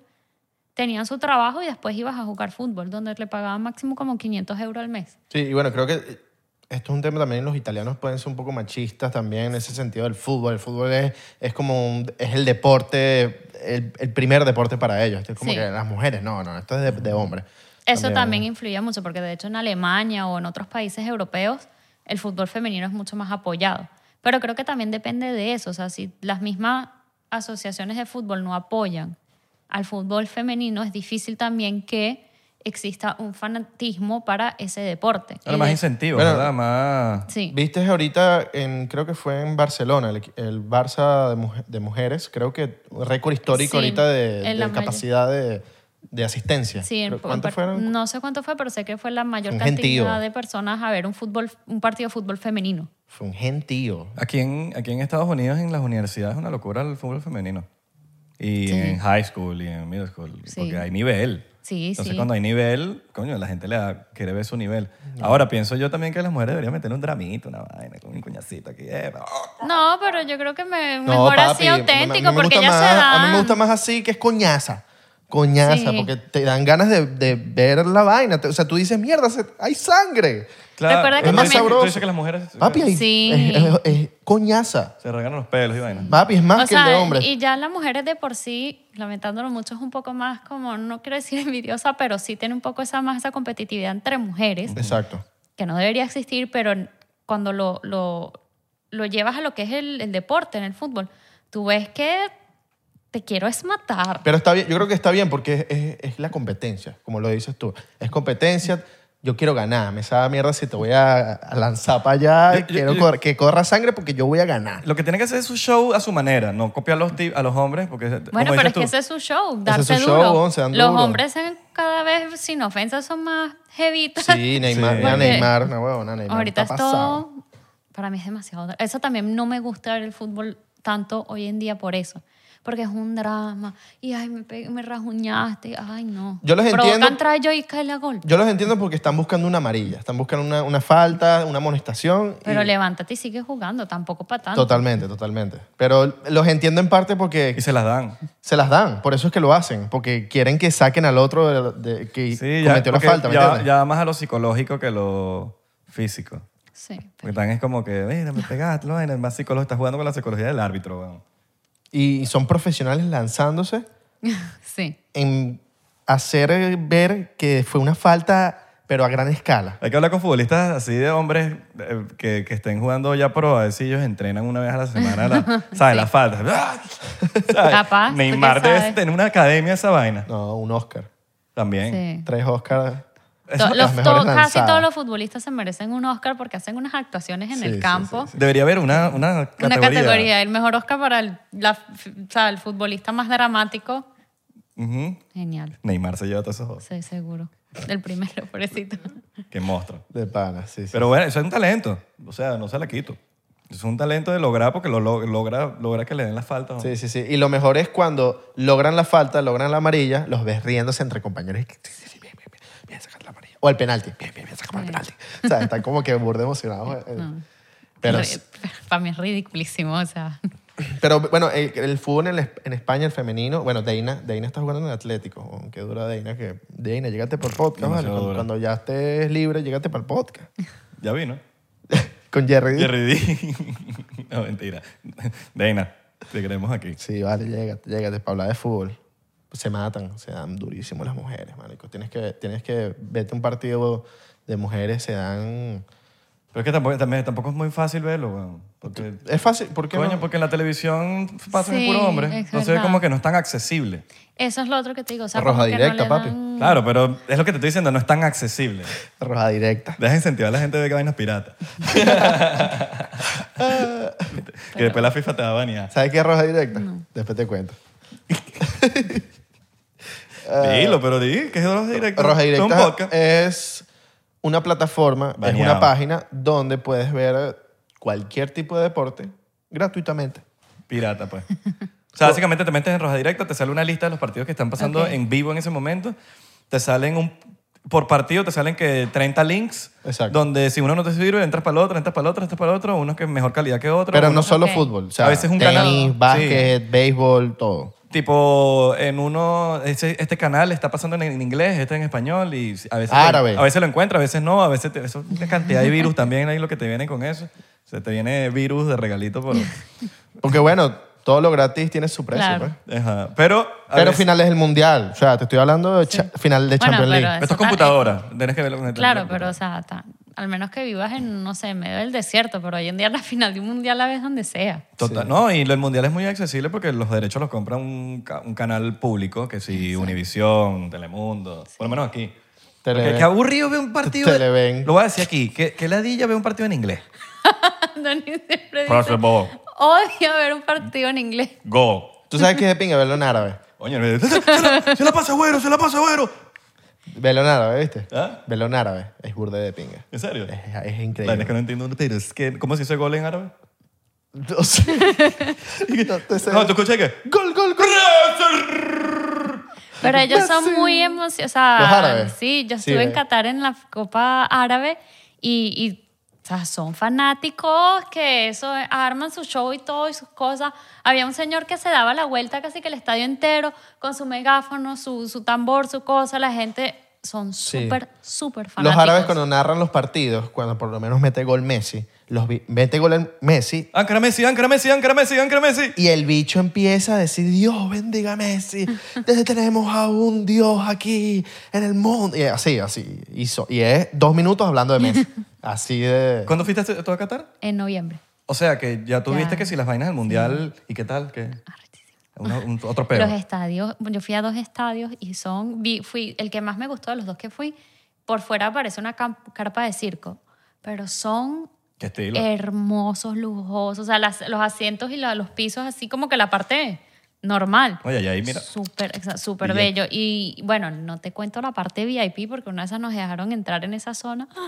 Speaker 1: tenían su trabajo y después ibas a jugar fútbol, donde le pagaban máximo como 500 euros al mes.
Speaker 2: Sí, y bueno, creo que eh, esto es un tema también, los italianos pueden ser un poco machistas también en ese sentido del fútbol. El fútbol es, es como un- es el deporte, el, el primer deporte para ellos. Esto es como
Speaker 1: Sí.
Speaker 2: que las mujeres, no, no, esto es de, de hombres.
Speaker 1: Eso también, influía mucho, porque de hecho en Alemania o en otros países europeos el fútbol femenino es mucho más apoyado. Pero creo que también depende de eso. O sea, si las mismas asociaciones de fútbol no apoyan al fútbol femenino, es difícil también que exista un fanatismo para ese deporte.
Speaker 3: Ahora,
Speaker 1: Y
Speaker 3: más
Speaker 1: de-
Speaker 3: incentivos,
Speaker 2: Bueno,
Speaker 3: ¿verdad? Más...
Speaker 1: Sí.
Speaker 2: Viste ahorita, en, creo que fue en Barcelona, el, equi- el Barça de, muje- de mujeres, creo que un récord histórico
Speaker 1: Sí,
Speaker 2: ahorita de,
Speaker 1: en la mayor-
Speaker 2: de capacidad de, de asistencia.
Speaker 1: Sí, en-
Speaker 2: Creo-
Speaker 1: en
Speaker 2: ¿Cuántos
Speaker 1: par- mm.
Speaker 2: fueron?
Speaker 1: No sé cuánto fue, pero sé que fue la mayor
Speaker 2: Un
Speaker 1: cantidad
Speaker 2: gentío.
Speaker 1: de personas a ver un fútbol, un partido de fútbol femenino.
Speaker 2: Fue un gentío.
Speaker 3: Aquí en, aquí en Estados Unidos, en las universidades, es una locura el fútbol femenino. Y en high school y en middle school.
Speaker 1: Sí.
Speaker 3: Porque hay nivel.
Speaker 1: Sí,
Speaker 3: Entonces,
Speaker 1: sí.
Speaker 3: cuando hay nivel, coño, la gente le da- quiere ver su nivel. Ahora, pienso yo también que las mujeres deberían meter un dramito, una vaina, con un cuñacito aquí. eh, oh.
Speaker 1: No, pero yo creo que me, mejor así auténtico,
Speaker 2: no me
Speaker 1: porque
Speaker 2: gusta
Speaker 1: ya
Speaker 2: más-
Speaker 1: se dan.
Speaker 2: A mí me gusta más así, que es coñaza. Coñaza,
Speaker 1: Sí.
Speaker 2: porque te dan ganas de, de ver la vaina. Te- O sea, tú dices, mierda, se- hay sangre.
Speaker 1: Recuerda que
Speaker 3: Es más
Speaker 1: también-
Speaker 3: sabroso. Tú dices que las mujeres
Speaker 2: Papi, hay-
Speaker 1: Sí.
Speaker 2: es, es- es coñaza.
Speaker 3: se regalan los pelos y vaina.
Speaker 2: Papi, es más
Speaker 1: O
Speaker 2: que
Speaker 1: sea,
Speaker 2: el de hombres.
Speaker 1: y ya las mujeres de por sí, lamentándolo mucho, es un poco más como, no quiero decir envidiosa, pero sí tiene un poco esa más esa competitividad entre mujeres,
Speaker 2: Exacto.
Speaker 1: que no debería existir, pero cuando lo, lo, lo llevas a lo que es el, el deporte, en el fútbol, tú ves que te quiero es matar.
Speaker 2: Pero está bien, yo creo que está bien porque es, es- es la competencia, como lo dices tú. Es competencia, yo quiero ganar. Me sabe a mierda si te voy a, a lanzar para allá.
Speaker 3: Yo- yo-
Speaker 2: quiero
Speaker 3: yo-
Speaker 2: cor- que corra sangre porque yo voy a ganar.
Speaker 3: Lo que tiene que hacer es su show a su manera, no copiar los ti- a los hombres, porque
Speaker 1: Bueno, pero
Speaker 3: como dices
Speaker 1: es
Speaker 3: tú,
Speaker 1: que ese es su show,
Speaker 2: Ese es
Speaker 1: darse
Speaker 2: su
Speaker 1: duro.
Speaker 2: show, weón, se dan
Speaker 1: Los
Speaker 2: duro.
Speaker 1: hombres eh, cada vez, sin ofensa, son más heavitas.
Speaker 2: Sí, Neymar,
Speaker 3: Sí.
Speaker 2: una
Speaker 1: Porque-
Speaker 2: Neymar, una huevona, Neymar.
Speaker 1: Ahorita
Speaker 2: está
Speaker 1: es
Speaker 2: pasado.
Speaker 1: todo. Para mí es demasiado. Eso también no me gusta ver el fútbol tanto hoy en día por eso. Porque es un drama. Y ay, me, pe- me rajuñaste. Ay, no.
Speaker 2: Yo los entiendo.
Speaker 1: Provocan trayos y cae la gol.
Speaker 2: Yo los entiendo porque están buscando una amarilla, están buscando una, una falta, una amonestación. y-
Speaker 1: Pero levántate y sigue jugando. Tampoco para tanto.
Speaker 2: Totalmente, totalmente. Pero los entiendo en parte porque
Speaker 3: y se las dan.
Speaker 2: se las dan, por eso es que lo hacen, porque quieren que saquen al otro de- de- que
Speaker 3: Sí, ya,
Speaker 2: cometió la
Speaker 3: porque
Speaker 2: falta, ¿me
Speaker 3: ya,
Speaker 2: entiendes?
Speaker 3: ya va más a lo psicológico que lo físico.
Speaker 1: Sí.
Speaker 3: Porque tan es como que, mira, me pegaste, lo vaina, el más psicólogo está jugando con la psicología del árbitro, weón.
Speaker 2: Y son profesionales lanzándose
Speaker 1: Sí.
Speaker 2: en hacer eh, ver que fue una falta, pero a gran escala.
Speaker 3: Hay que hablar con futbolistas así de hombres eh, que, que estén jugando ya pro, a ver si ellos entrenan una vez a la semana, la, ¿sabes? Las faltas. ¿Sabes?
Speaker 1: Capaz,
Speaker 3: Neymar
Speaker 1: porque
Speaker 3: debe
Speaker 1: sabe.
Speaker 3: tener una academia esa vaina.
Speaker 2: No, un Oscar.
Speaker 3: También.
Speaker 1: sí.
Speaker 2: Tres Oscars.
Speaker 1: To-
Speaker 2: las
Speaker 1: los-
Speaker 2: mejores
Speaker 1: to- casi
Speaker 2: lanzadas.
Speaker 1: todos los futbolistas se merecen un Oscar porque hacen unas actuaciones en
Speaker 2: Sí, sí,
Speaker 1: el
Speaker 2: sí,
Speaker 1: campo.
Speaker 3: Debería haber una, una categoría.
Speaker 1: Una categoría. El mejor Oscar para el, la- o sea, el futbolista más dramático.
Speaker 3: Ujú.
Speaker 1: Genial.
Speaker 3: Neymar se lleva todos esos dos.
Speaker 1: Sí, seguro. El primero, pobrecito.
Speaker 3: Qué monstruo.
Speaker 2: De pana, sí, sí.
Speaker 3: Pero bueno, eso es un talento. O sea, no se la quito. Es un talento de lograr porque lo, lo- logra, logra que le den las faltas. ¿no?
Speaker 2: Sí, sí, sí. Y lo mejor es cuando logran la falta, logran la amarilla, los ves riéndose entre compañeros. Sí, sí, sí, bien, bien, bien, bien, sacar la amarilla. O el penalti. Bien, bien, bien, sacamos el penalti. O sea, están como que burde emocionados. eh. Pero,
Speaker 1: Re- para mí es ridiculísimo, o sea.
Speaker 2: pero bueno, el, el fútbol en, el- en España, el femenino, bueno, Deina, Deina está jugando en el Atlético. Oh, Qué dura Deina, que Deina, llégate por podcast, ¿vale?
Speaker 3: Demasiado
Speaker 2: Cuando,
Speaker 3: dura.
Speaker 2: cuando ya estés libre, llégate para el podcast.
Speaker 3: Ya vino.
Speaker 2: Con Jerry. D.
Speaker 3: Jerry D. no, mentira. Deina, te queremos aquí.
Speaker 2: Sí, vale, llégate, llégate para hablar de fútbol. Pues se matan, se dan durísimo las mujeres, marico. Tienes que, tienes que verte un partido de mujeres, se dan...
Speaker 3: Pero es que tampoco, también, tampoco es muy fácil verlo, weón. Porque,
Speaker 2: Es fácil, ¿por qué
Speaker 3: coño,
Speaker 2: no?
Speaker 3: porque en la televisión pasan
Speaker 1: Sí,
Speaker 3: puro hombre.
Speaker 1: es
Speaker 3: Entonces,
Speaker 1: verdad.
Speaker 3: como que no es tan accesible.
Speaker 1: Eso es lo otro que te digo. O sea,
Speaker 2: Roja
Speaker 1: como que no
Speaker 2: directa,
Speaker 1: le
Speaker 2: papi.
Speaker 1: dan-
Speaker 3: Claro, pero es lo que te estoy diciendo, no es tan accesible.
Speaker 2: Roja directa.
Speaker 3: Deja de incentivar a la gente de que vainas piratas. que después la FIFA te va a banear.
Speaker 2: ¿Sabes qué es roja directa? Después te cuento.
Speaker 3: Dilo, pero di, que es Roja Directa.
Speaker 2: Roja
Speaker 3: Es un
Speaker 2: Directa
Speaker 3: podcast.
Speaker 2: es una plataforma, es
Speaker 3: Baneado.
Speaker 2: una página donde puedes ver cualquier tipo de deporte gratuitamente.
Speaker 3: Pirata, pues. O sea, básicamente te metes en Roja Directa, te sale una lista de los partidos que están pasando
Speaker 1: Ok.
Speaker 3: en vivo en ese momento. Te salen un... Por partido te salen que 30 links.
Speaker 2: Exacto.
Speaker 3: Donde si uno no te sirve, entras para el otro, entras para el otro, entras para el otro. Uno que es mejor calidad que otro.
Speaker 2: Pero
Speaker 3: uno-
Speaker 2: no solo
Speaker 1: Ok.
Speaker 2: fútbol, o sea,
Speaker 3: A veces un
Speaker 2: tenis,
Speaker 3: canal-
Speaker 2: básquet, béisbol, todo.
Speaker 3: Tipo, en uno, ese- este canal está pasando en, en inglés, este en español y a veces,
Speaker 2: Árabe.
Speaker 3: a veces lo encuentra, a veces no, a veces te- eso, una cantidad de virus también ahí lo que te viene con eso. Se te viene virus de regalito por...
Speaker 2: Porque bueno, todo lo gratis tiene su precio,
Speaker 1: Claro.
Speaker 2: pues.
Speaker 3: Ajá. Pero, a
Speaker 2: Pero
Speaker 3: veces-
Speaker 2: finales del mundial, o sea, te estoy hablando de cha- final
Speaker 1: Bueno,
Speaker 2: de Champions
Speaker 1: pero
Speaker 2: League.
Speaker 3: esto es computadora, tienes que verlo con el
Speaker 1: ah, eh, Claro,
Speaker 3: teléfono.
Speaker 1: pero o sea, ta- al menos que vivas en, no sé, en medio del desierto, pero hoy en día la final de un mundial la ves donde sea.
Speaker 3: Total, No, y lo- el mundial es muy accesible porque los derechos los compra un, ca- un canal público, que sí, Univisión, Telemundo, por lo menos aquí.
Speaker 2: Tele-
Speaker 3: Que, que aburrido ve un partido. de-
Speaker 2: Televen.
Speaker 3: Lo voy a decir aquí, que, que ladilla ve un partido en inglés.
Speaker 1: Dani siempre
Speaker 3: Por
Speaker 1: dice,
Speaker 3: ser bobo.
Speaker 1: odio ver un partido en inglés.
Speaker 3: Go.
Speaker 2: Tú sabes que es de pinga verlo en árabe.
Speaker 3: Oye, me- se la, se la pasa güero, se la pasa güero.
Speaker 2: Verlo en árabe, ¿viste?
Speaker 3: ¿Ah?
Speaker 2: Verlo en árabe es burde de pinga.
Speaker 3: ¿En serio?
Speaker 2: Es, es
Speaker 3: La verdad
Speaker 2: increíble.
Speaker 3: es que no entiendo, pero es que, ¿cómo se dice gol en árabe?
Speaker 2: No sé. No te sé.
Speaker 3: No, tú escuché que...
Speaker 2: Gol, gol, gol.
Speaker 1: Pero ellos son muy emocionados. O sea,
Speaker 2: Los árabes.
Speaker 1: Sí, yo
Speaker 2: Sí,
Speaker 1: estuve en
Speaker 2: eh.
Speaker 1: Qatar en la Copa Árabe y, y, o sea, son fanáticos que eso eh, arman su show y todo y sus cosas. Había un señor que se daba la vuelta casi que el estadio entero con su megáfono, su, su tambor, su cosa. La gente son
Speaker 2: Sí.
Speaker 1: súper, súper
Speaker 2: Los
Speaker 1: fanáticos.
Speaker 2: árabes cuando narran los partidos, cuando por lo menos mete gol Messi, los vi- mete gol en Messi
Speaker 3: Áncara Messi, áncara Messi, áncara Messi, áncara Messi.
Speaker 2: y el bicho empieza a decir, Dios bendiga a Messi, desde tenemos a un Dios aquí en el mundo. Y así, así hizo. Y es dos minutos hablando de Messi. Así de...
Speaker 3: ¿Cuándo fuiste a- tú a Qatar?
Speaker 1: En noviembre.
Speaker 3: O sea, que ya tuviste
Speaker 1: Ya. Ah,
Speaker 3: que si las vainas del mundial, ¿y qué tal? ¿Qué? Una- un- otro peo.
Speaker 1: Los estadios, yo fui a dos estadios y son, vi- fui, el que más me gustó de los dos que fui, por fuera parece una cam- carpa de circo, pero son
Speaker 3: ¿Qué estilo?
Speaker 1: eh, hermosos, lujosos, o sea, las- los asientos y la- los pisos así como que la parte normal.
Speaker 3: Oye, y ahí mira.
Speaker 1: Súper, exa- súper
Speaker 3: Billete.
Speaker 1: bello. Y bueno, no te cuento la parte VIP porque una de esas nos dejaron entrar en esa zona.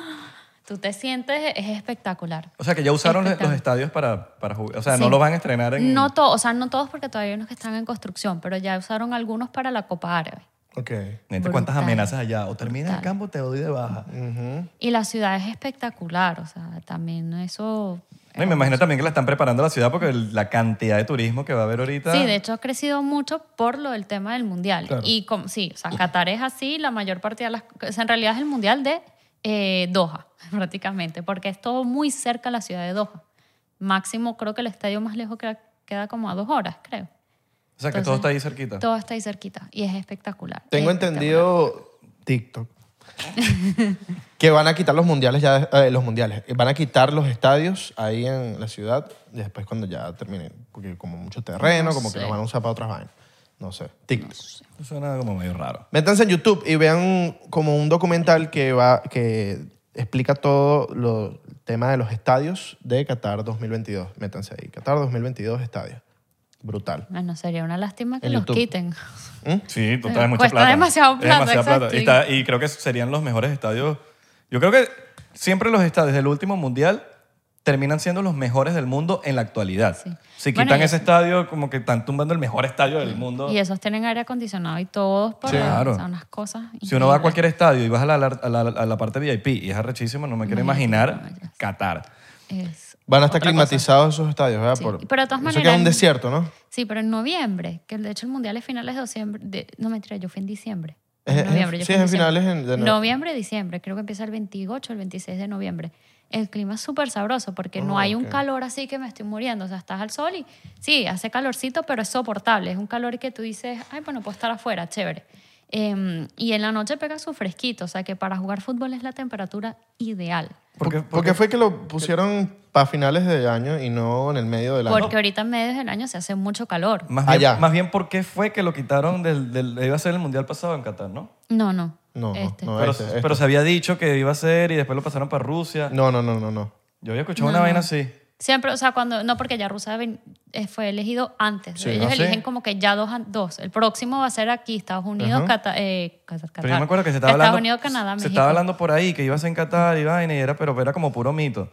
Speaker 1: Tú te sientes, es espectacular.
Speaker 3: O sea, que ya usaron los
Speaker 1: Espectacular.
Speaker 3: estadios para, para jugar. O sea,
Speaker 1: este Sí.
Speaker 3: no los van a estrenar en...
Speaker 1: No todos, o sea, no todos porque todavía hay unos que están en construcción, pero ya usaron algunos para la Copa Árabe.
Speaker 2: Ok.
Speaker 3: Neta, este, ¿Cuántas
Speaker 1: Brutal.
Speaker 3: amenazas allá? O terminas el
Speaker 1: Brutal.
Speaker 3: campo, te doy de baja.
Speaker 2: Ujú.
Speaker 1: Y la ciudad es espectacular, o sea, también eso...
Speaker 3: No, y me imagino también que la están preparando la ciudad porque el- la cantidad de turismo que va a haber ahorita.
Speaker 1: Sí, de hecho ha crecido mucho por lo del tema del mundial.
Speaker 2: Claro.
Speaker 1: Y como, sí, o sea, Qatar es así, la mayor parte de las... o sea, en realidad es el mundial de eh, Doha, prácticamente, porque es todo muy cerca a la ciudad de Doha. Máximo, creo que el estadio más lejos queda, queda como a dos horas, creo.
Speaker 3: o sea, que
Speaker 1: entonces,
Speaker 3: todo está ahí cerquita.
Speaker 1: Todo está ahí cerquita y es espectacular.
Speaker 2: Tengo
Speaker 1: es espectacular.
Speaker 2: entendido TikTok. que van a quitar los mundiales ya eh, los mundiales van a quitar los estadios ahí en la ciudad y después cuando ya terminen porque como mucho terreno
Speaker 1: No
Speaker 2: como que
Speaker 1: sé.
Speaker 2: los van a usar para otras vainas no sé TikTok
Speaker 3: Eso Suena como medio raro.
Speaker 2: métanse en YouTube y vean como un documental que va que explica todo lo, el tema de los estadios de Qatar 2022 métanse ahí Qatar 2022 estadios brutal
Speaker 1: Bueno, sería una lástima que
Speaker 2: En
Speaker 1: los
Speaker 2: YouTube.
Speaker 1: quiten.
Speaker 2: ¿Mm?
Speaker 3: Sí, tú
Speaker 1: Eh,
Speaker 3: traes mucha
Speaker 1: cuesta
Speaker 3: plata.
Speaker 1: demasiado
Speaker 3: Es
Speaker 1: plata,
Speaker 3: demasiada plata.
Speaker 1: exacto.
Speaker 3: Y, está- y creo que serían los mejores estadios. Yo creo que siempre los estadios del último mundial terminan siendo los mejores del mundo en la actualidad.
Speaker 1: Sí.
Speaker 3: Si quitan
Speaker 1: Bueno, y-
Speaker 3: ese estadio, como que están tumbando el mejor estadio del mundo.
Speaker 1: Y esos tienen aire acondicionado y todos por
Speaker 3: Sí, claro.
Speaker 1: son unas cosas.
Speaker 3: Si uno va a
Speaker 1: increíbles.
Speaker 3: cualquier estadio y vas a la, a la- a la parte VIP y es arrechísimo, no me quiero imaginar Qatar.
Speaker 1: Es
Speaker 2: van a estar
Speaker 1: otra
Speaker 2: climatizados esos estadios ¿verdad?
Speaker 1: Sí, pero de todas
Speaker 2: eso queda
Speaker 1: maneras-
Speaker 2: un desierto ¿no?
Speaker 1: cosa. Sí, pero en noviembre, que de hecho el mundial es finales de diciembre. de- no mentira, yo fui en diciembre.
Speaker 2: Es-
Speaker 1: En
Speaker 2: es-
Speaker 1: noviembre, yo
Speaker 2: sí,
Speaker 1: fui
Speaker 2: es en
Speaker 1: diciembre.
Speaker 2: finales en- de no-
Speaker 1: noviembre, diciembre. Creo que empieza el 28 o el 26 de noviembre. el clima es súper sabroso porque no
Speaker 2: Ah,
Speaker 1: hay un
Speaker 2: ok.
Speaker 1: calor así que me estoy muriendo. O sea, estás al sol y sí, hace calorcito, pero es soportable. Es un calor que tú dices, ay, bueno, puedo estar afuera, chévere. Em, y en la noche pega su fresquito, o sea que para jugar fútbol es la temperatura ideal.
Speaker 3: ¿Por qué-
Speaker 2: ¿Por,
Speaker 3: por
Speaker 2: por qué fue que lo pusieron para finales de año y no en el medio del año?
Speaker 1: Porque ahorita en medios del año se hace mucho calor.
Speaker 3: Más bien,
Speaker 2: Allá.
Speaker 3: más bien, ¿por qué fue que lo quitaron del, del- Iba a ser el mundial pasado en Qatar, ¿no?
Speaker 1: No, no.
Speaker 2: No, no,
Speaker 1: este.
Speaker 2: no,
Speaker 3: pero,
Speaker 2: este, este.
Speaker 3: pero se había dicho que iba a ser y después lo pasaron para Rusia.
Speaker 2: No, no, no, no, no.
Speaker 3: Yo había escuchado una vaina así.
Speaker 1: Siempre, o sea, cuando. No, porque ya Rusia ven- eh, fue elegido antes.
Speaker 2: Sí,
Speaker 1: Ellos
Speaker 3: ah, sí.
Speaker 1: eligen como que ya dos, an- dos. El próximo va a ser aquí, Estados Unidos, Cata- eh, Qatar,
Speaker 3: Pero yo me acuerdo que se
Speaker 1: Estados
Speaker 3: estaba hablando.
Speaker 1: Unidos, Canadá,
Speaker 3: se
Speaker 1: México.
Speaker 3: estaba hablando por ahí que iba a ser en Qatar y vaina y era, pero era como puro mito.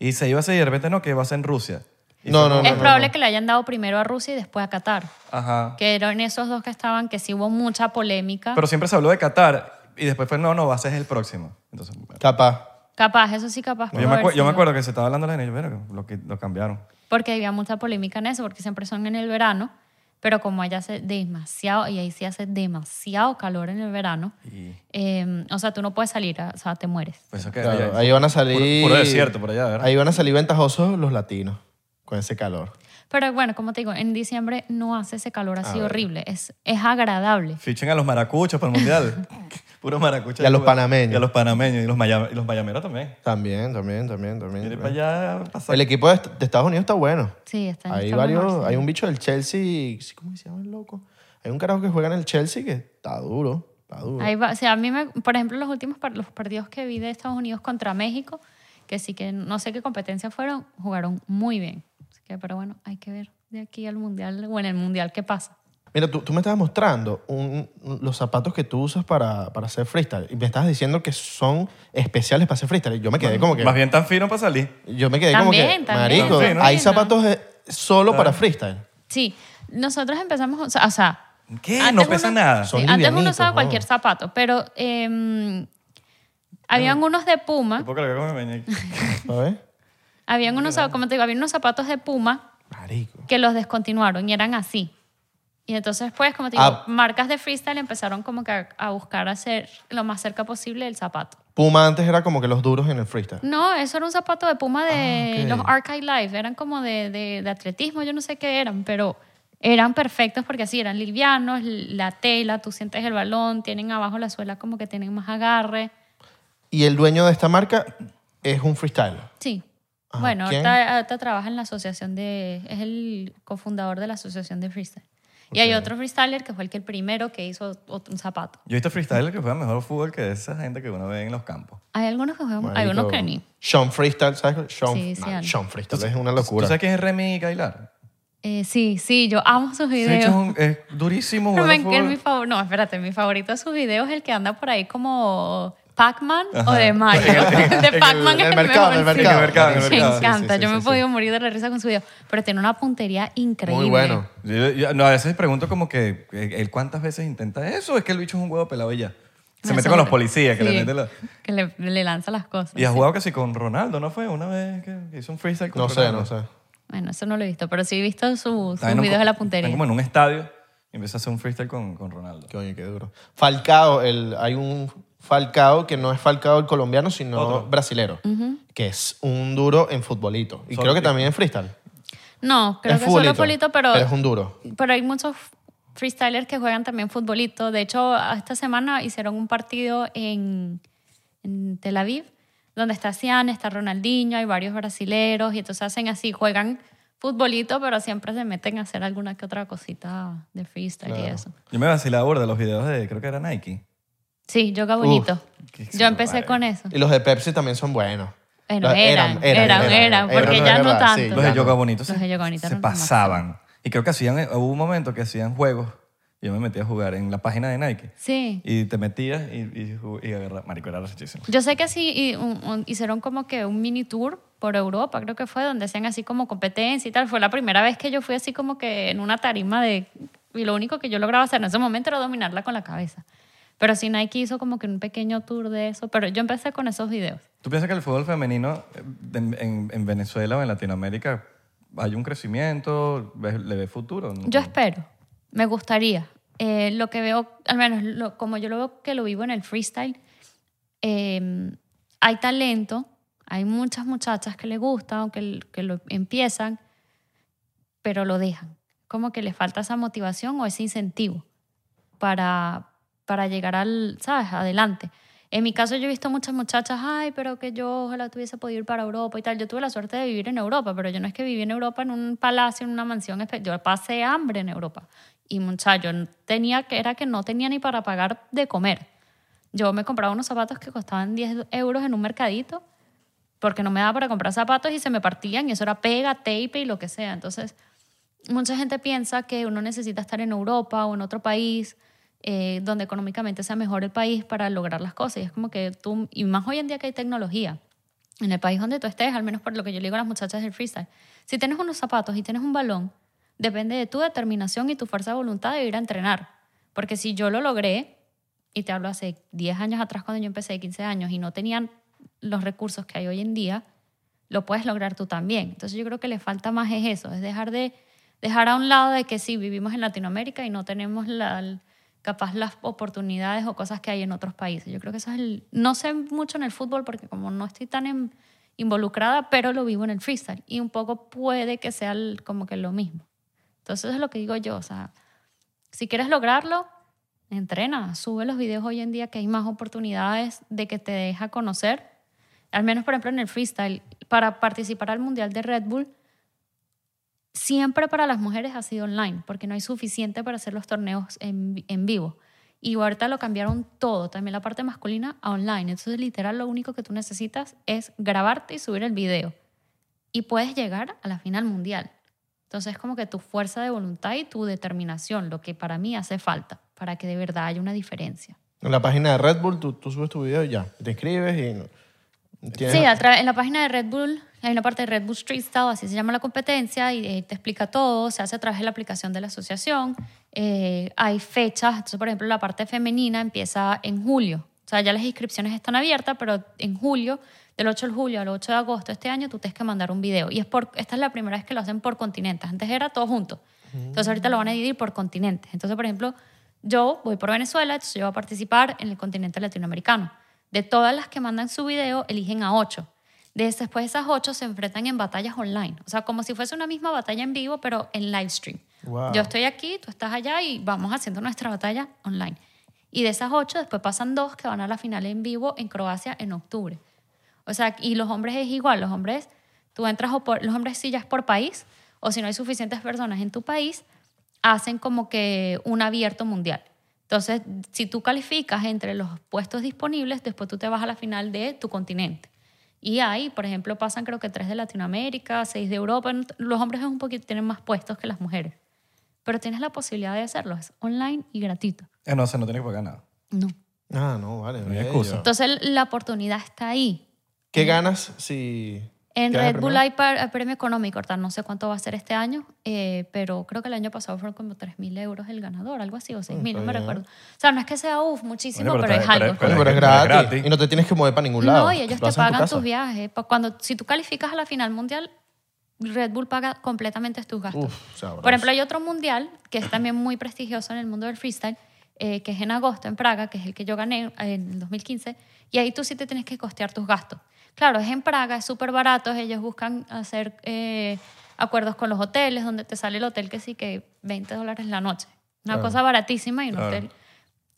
Speaker 3: Y se iba a hacer y de repente no, que iba a ser en Rusia. Y
Speaker 2: No,
Speaker 3: fue
Speaker 2: no,
Speaker 3: como-
Speaker 1: es
Speaker 2: no, no,
Speaker 1: probable
Speaker 2: no.
Speaker 1: que le hayan dado primero a Rusia y después a Qatar.
Speaker 3: Ajá.
Speaker 1: Que eran esos dos que estaban, que sí hubo mucha polémica.
Speaker 3: Pero siempre se habló de Qatar y después fue, no, no, va a ser el próximo. Entonces, bueno.
Speaker 2: Capaz.
Speaker 1: capaz, eso sí, capaz.
Speaker 3: yo,
Speaker 1: pudo
Speaker 3: me
Speaker 1: haber
Speaker 3: acu- yo me
Speaker 1: sido.
Speaker 3: acuerdo que se estaba hablando la gente, pero lo, que- lo cambiaron.
Speaker 1: Porque había mucha polémica en eso, porque siempre son en el verano. Pero como allá hace demasiado, y ahí sí hace demasiado calor en el verano,
Speaker 3: Y
Speaker 1: eh, o sea, tú no puedes salir, o sea, te mueres.
Speaker 3: pues eso que-
Speaker 2: Claro,
Speaker 3: allá-
Speaker 2: ahí van a salir.
Speaker 3: Puro, puro desierto por allá, ¿verdad?
Speaker 2: Ahí van a salir ventajosos los latinos con ese calor.
Speaker 1: Pero bueno, como te digo, en diciembre no hace ese calor así horrible. Es, es agradable.
Speaker 3: Fichen a los maracuchos para el mundial. Puro maracucho.
Speaker 2: Y a los panameños.
Speaker 3: Y a los panameños. Y los, maya- y los mayameros también.
Speaker 2: También, también, también, también.
Speaker 3: Ir para
Speaker 2: también.
Speaker 3: allá, pasar.
Speaker 2: El equipo de, est- de Estados Unidos está bueno.
Speaker 1: Sí, está
Speaker 2: Hay
Speaker 1: está
Speaker 2: varios,
Speaker 1: mejor, sí.
Speaker 2: hay un bicho del Chelsea, sí, ¿cómo se llama el loco? Hay un carajo que juega en el Chelsea que está duro, está duro.
Speaker 1: Ahí va- o sea, a mí, me, por ejemplo, los últimos par- los partidos que vi de Estados Unidos contra México, que sí que no sé qué competencia fueron, jugaron muy bien. Así que, pero bueno, hay que ver de aquí al mundial o en el mundial qué pasa.
Speaker 2: Mira, tú, tú me estabas mostrando un- un- los zapatos que tú usas para, para hacer freestyle y me estabas diciendo que son especiales para hacer freestyle. Y Yo me quedé como que...
Speaker 3: Más bien tan fino para salir.
Speaker 2: Yo me quedé como que...
Speaker 1: También, también,
Speaker 2: Marico,
Speaker 3: también, ¿no? Ah.
Speaker 2: hay
Speaker 1: Sí, ¿no?
Speaker 2: zapatos eh, solo para freestyle.
Speaker 1: Sí, nosotros empezamos, o sea, o sea,
Speaker 3: ¿Qué?
Speaker 1: Antes
Speaker 3: no pesa
Speaker 1: Ah, uno-
Speaker 3: nada.
Speaker 1: sí,
Speaker 2: Son
Speaker 1: antes uno
Speaker 2: livianitos,
Speaker 1: usaba
Speaker 2: ¿no?
Speaker 1: cualquier zapato, pero eh, habían unos de Puma.
Speaker 3: Tampoco le veo como meñique.
Speaker 2: ¿Sabes?
Speaker 1: Habían unos, zap- como te digo, había unos zapatos de Puma
Speaker 2: Marico.
Speaker 1: que los descontinuaron y eran así. Y entonces, pues, como te digo,
Speaker 2: Ah.
Speaker 1: marcas de freestyle empezaron como que a, a buscar hacer lo más cerca posible el zapato.
Speaker 2: Puma antes era como que los duros en el freestyle.
Speaker 1: No, eso era un zapato de Puma de
Speaker 2: Ah, ok.
Speaker 1: los Archive Life, eran como de, de- de atletismo, yo no sé qué eran, pero eran perfectos porque así eran livianos, la tela, tú sientes el balón, tienen abajo la suela como que tienen más agarre.
Speaker 2: Y el dueño de esta marca es un freestyler.
Speaker 1: Sí.
Speaker 2: Ah,
Speaker 1: bueno,
Speaker 2: ¿quién?
Speaker 1: ahorita, ahorita trabaja en la asociación de... Es el cofundador de la asociación de freestyle. Y hay otro freestyler que fue el que el primero que hizo ot- un zapato.
Speaker 3: Yo he visto freestyle que juegan mejor fútbol que esa gente que uno ve en los campos.
Speaker 1: Hay algunos que juegan... Hay unos que ni.
Speaker 2: Sean Freestyle, ¿sabes? Sean,
Speaker 1: Sí, sí,
Speaker 2: Nah,
Speaker 1: algo.
Speaker 2: Sean Freestyle es una
Speaker 3: ¿Tú
Speaker 2: locura.
Speaker 3: sabes quién es Remy Gailar?
Speaker 1: Eh, sí, sí, yo amo sus
Speaker 3: Ese bicho es,
Speaker 1: videos.
Speaker 3: un- es durísimo
Speaker 1: Pero
Speaker 3: jugando
Speaker 1: me- que es mi
Speaker 3: fútbol.
Speaker 1: favor, no, espérate, mi favorito de sus videos es el que anda por ahí como Pac-Man o
Speaker 3: Ajá.
Speaker 1: de Mario.
Speaker 2: en el-
Speaker 1: de Pac-Man
Speaker 2: en
Speaker 1: es
Speaker 2: el
Speaker 1: el
Speaker 2: mercado,
Speaker 1: mejor,
Speaker 2: en
Speaker 1: sí.
Speaker 2: el mercado.
Speaker 3: En el mercado, en el
Speaker 1: Me
Speaker 3: mercado. Sí,
Speaker 1: encanta,
Speaker 2: sí,
Speaker 1: yo
Speaker 2: sí,
Speaker 1: me he
Speaker 2: sí.
Speaker 1: podido morir de la risa con su video. Pero tiene una puntería increíble.
Speaker 2: Muy bueno.
Speaker 3: Yo- yo- no, a veces pregunto como que eh, él cuántas veces intenta eso. Es que el bicho es un huevo pelado y ya. Se
Speaker 1: Me
Speaker 3: mete con los
Speaker 1: asombra.
Speaker 3: policías que le
Speaker 1: Sí,
Speaker 3: mete la...
Speaker 1: que le- le lanza las cosas.
Speaker 3: Y ha
Speaker 1: sí.
Speaker 3: jugado casi con Ronaldo, ¿no fue? Una vez que que hizo un freestyle con
Speaker 2: No sé,
Speaker 3: Ronaldo.
Speaker 2: no sé.
Speaker 1: Bueno, eso no lo he visto, pero sí he visto su- sus
Speaker 3: Estaba en un-
Speaker 1: videos de la
Speaker 3: estaba
Speaker 1: puntería.
Speaker 3: como en un estadio y empezó a hacer un freestyle con, con Ronaldo.
Speaker 2: Coño, qué duro. Falcao, el, hay un Falcao que no es Falcao el colombiano, sino
Speaker 3: Otro.
Speaker 2: brasilero, que es un duro en futbolito. Y
Speaker 3: Solo
Speaker 2: creo que
Speaker 3: que-
Speaker 2: también en freestyle.
Speaker 1: No, creo
Speaker 2: Es
Speaker 1: que solo futbolito, pero,
Speaker 2: pero es un duro.
Speaker 1: pero hay muchos freestylers que juegan también futbolito. De hecho, esta semana hicieron un partido en, en Tel Aviv, donde está Cian, está Ronaldinho, hay varios brasileros, y entonces hacen así, juegan futbolito, pero siempre se meten a hacer alguna que otra cosita de freestyle y
Speaker 2: Claro.
Speaker 1: eso.
Speaker 3: Yo me vacilaba burda los videos de, creo que era Nike.
Speaker 1: Sí, yoga bonito.
Speaker 3: qué
Speaker 1: Yo empecé
Speaker 3: salvaje.
Speaker 1: con eso.
Speaker 2: Y los de Pepsi también son buenos.
Speaker 1: Bueno,
Speaker 2: Los-
Speaker 1: eran, eran, eran, porque ya
Speaker 2: es
Speaker 1: no
Speaker 2: verdad, sí,
Speaker 1: tanto.
Speaker 3: Los
Speaker 2: ya no.
Speaker 3: de Yoga Bonito se,
Speaker 1: Los de Yoga Bonito
Speaker 3: se
Speaker 1: eran lo máximo.
Speaker 3: pasaban. Y creo que hacían, eh, hubo un momento que hacían juegos. Yo me metí a jugar en la página de Nike.
Speaker 1: Sí.
Speaker 3: Y te metías y, y, ju- y agarrabas. Marico, era rechísimo.
Speaker 1: Yo sé que sí y un- un- hicieron como que un mini tour por Europa, creo que fue, donde hacían así como competencia y tal. Fue la primera vez que yo fui así como que en una tarima de... Y lo único que yo lograba hacer en ese momento era dominarla con la cabeza. Pero sí Nike hizo como que un pequeño tour de eso. Pero yo empecé con esos videos.
Speaker 3: ¿Tú piensas que el fútbol femenino eh, de- en, en Venezuela o en Latinoamérica hay un crecimiento? ¿Ves- ¿Le ve futuro?
Speaker 1: Yo espero, me gustaría. Eh, lo que veo, al menos lo- como yo lo veo que lo vivo en el freestyle, eh, hay em, talento, Hay muchas muchachas que le gustan o que, que lo empiezan, pero lo dejan. Como que les falta esa motivación o ese incentivo para, para llegar al, ¿sabes?, adelante. En mi caso yo he visto muchas muchachas, ay, pero que yo ojalá tuviese podido ir para Europa y tal. Yo tuve la suerte de vivir en Europa, pero yo no es que viví en Europa en un palacio, en una mansión. espe- Yo pasé hambre en Europa. Y muchacho, n- tenía que, era que no tenía ni para pagar de comer. Yo me compraba unos zapatos que costaban 10 euros en un mercadito porque no me daba para comprar zapatos y se me partían y eso era pega, tape y lo que sea. Entonces, mucha gente piensa que uno necesita estar en Europa o en otro país eh, donde económicamente sea mejor el país para lograr las cosas. Y es como que tú, y más hoy en día que hay tecnología, en el país donde tú estés, al menos por lo que yo le digo a las muchachas del freestyle, si tienes unos zapatos y tienes un balón, depende de tu determinación y tu fuerza de voluntad de ir a entrenar. Porque si yo lo logré, y te hablo hace 10 años atrás cuando yo empecé, 15 años, y no tenían los recursos que hay hoy en día, lo puedes lograr tú también. Entonces yo creo que le falta más es eso, es dejar de dejar a un lado de que sí, vivimos en Latinoamérica y no tenemos la, capaz las oportunidades o cosas que hay en otros países. Yo creo que eso es el... No sé mucho en el fútbol porque como no estoy tan en- involucrada, pero lo vivo en el freestyle y un poco puede que sea el- como que lo mismo. Entonces eso es lo que digo yo, o sea, si quieres lograrlo, entrena, sube los videos hoy en día que hay más oportunidades de que te deja conocer. Al menos, por ejemplo, en el freestyle, para participar al Mundial de Red Bull, siempre para las mujeres ha sido online, porque no hay suficiente para hacer los torneos en, vi- en vivo. Y ahorita lo cambiaron todo, también la parte masculina a online. Entonces, literal, lo único que tú necesitas es grabarte y subir el video. Y puedes llegar a la final mundial. Entonces, como que tu fuerza de voluntad y tu determinación, lo que para mí hace falta, para que de verdad haya una diferencia.
Speaker 2: En la página de Red Bull tú, tú subes tu video y ya. Te inscribes y... no- tienes-
Speaker 1: Sí, a tra- en la página de Red Bull hay una parte de Red Bull Street Style, así se llama la competencia, y eh, te explica todo, se hace a través de la aplicación de la asociación, eh, hay fechas, entonces por ejemplo la parte femenina empieza en julio, o sea ya las inscripciones están abiertas, pero en julio, del 8 de julio al 8 de agosto de este año, tú tienes que mandar un video, y es por, esta es la primera vez que lo hacen por continentes, antes era todo junto, entonces ahorita lo van a dividir por continentes, entonces por ejemplo yo voy por Venezuela, entonces yo voy a participar en el continente latinoamericano. De todas las que mandan su video, eligen a ocho. De- Después de esas ocho se enfrentan en batallas online. O sea, como si fuese una misma batalla en vivo, pero en live stream.
Speaker 2: Wow.
Speaker 1: Yo estoy aquí, tú estás allá y vamos haciendo nuestra batalla online. Y de esas ocho, después pasan dos que van a la final en vivo en Croacia en octubre. O sea, y los hombres es igual. Los hombres, tú entras o por, los hombres sí ya es por país, o si no hay suficientes personas en tu país, hacen como que un abierto mundial. Entonces, si tú calificas entre los puestos disponibles, después tú te vas a la final de tu continente. Y ahí, por ejemplo, pasan creo que tres de Latinoamérica, seis de Europa. Los hombres es un poquito, tienen más puestos que las mujeres. Pero tienes la posibilidad de hacerlo. Es online y gratuito.
Speaker 3: Eh, no, o sea, no tiene que pagar nada.
Speaker 1: No.
Speaker 2: Ah, no, vale.
Speaker 3: No hay
Speaker 2: bello.
Speaker 3: excusa.
Speaker 1: Entonces, la oportunidad está ahí.
Speaker 2: ¿Qué ganas si...
Speaker 1: En
Speaker 2: quedas de
Speaker 1: Red Bull
Speaker 2: primero?
Speaker 1: hay par- eh, premio económico, ahorita no sé cuánto va a ser este año, eh, pero creo que el año pasado fueron como 3.000 euros el ganador, algo así, o 6.000, no
Speaker 2: Mm, está
Speaker 1: me
Speaker 2: bien.
Speaker 1: recuerdo. O sea, no es que sea uff, muchísimo,
Speaker 3: Bueno,
Speaker 1: pero, es
Speaker 3: pero está- pero-
Speaker 1: algo.
Speaker 3: pero-
Speaker 2: Bueno, pero es
Speaker 3: Pero es
Speaker 2: gratis.
Speaker 3: gratis.
Speaker 2: Y no te tienes que mover para ningún lado.
Speaker 1: No, y ellos
Speaker 2: Lo
Speaker 1: te
Speaker 2: haces en tu
Speaker 1: pagan
Speaker 2: casa.
Speaker 1: tus viajes. Pa- Cuando, si tú calificas a la final mundial, Red Bull paga completamente tus gastos.
Speaker 2: Uf, sabroso.
Speaker 1: Por ejemplo, hay otro mundial que es también muy prestigioso en el mundo del freestyle, eh, que es en agosto en Praga, que es el que yo gané eh, en el 2015, y ahí tú sí te tienes que costear tus gastos. Claro, es en Praga, es súper barato, ellos buscan hacer eh, acuerdos con los hoteles, donde te sale el hotel que sí que 20 dólares la noche. Una
Speaker 2: Claro.
Speaker 1: cosa baratísima y un
Speaker 3: Claro.
Speaker 1: hotel.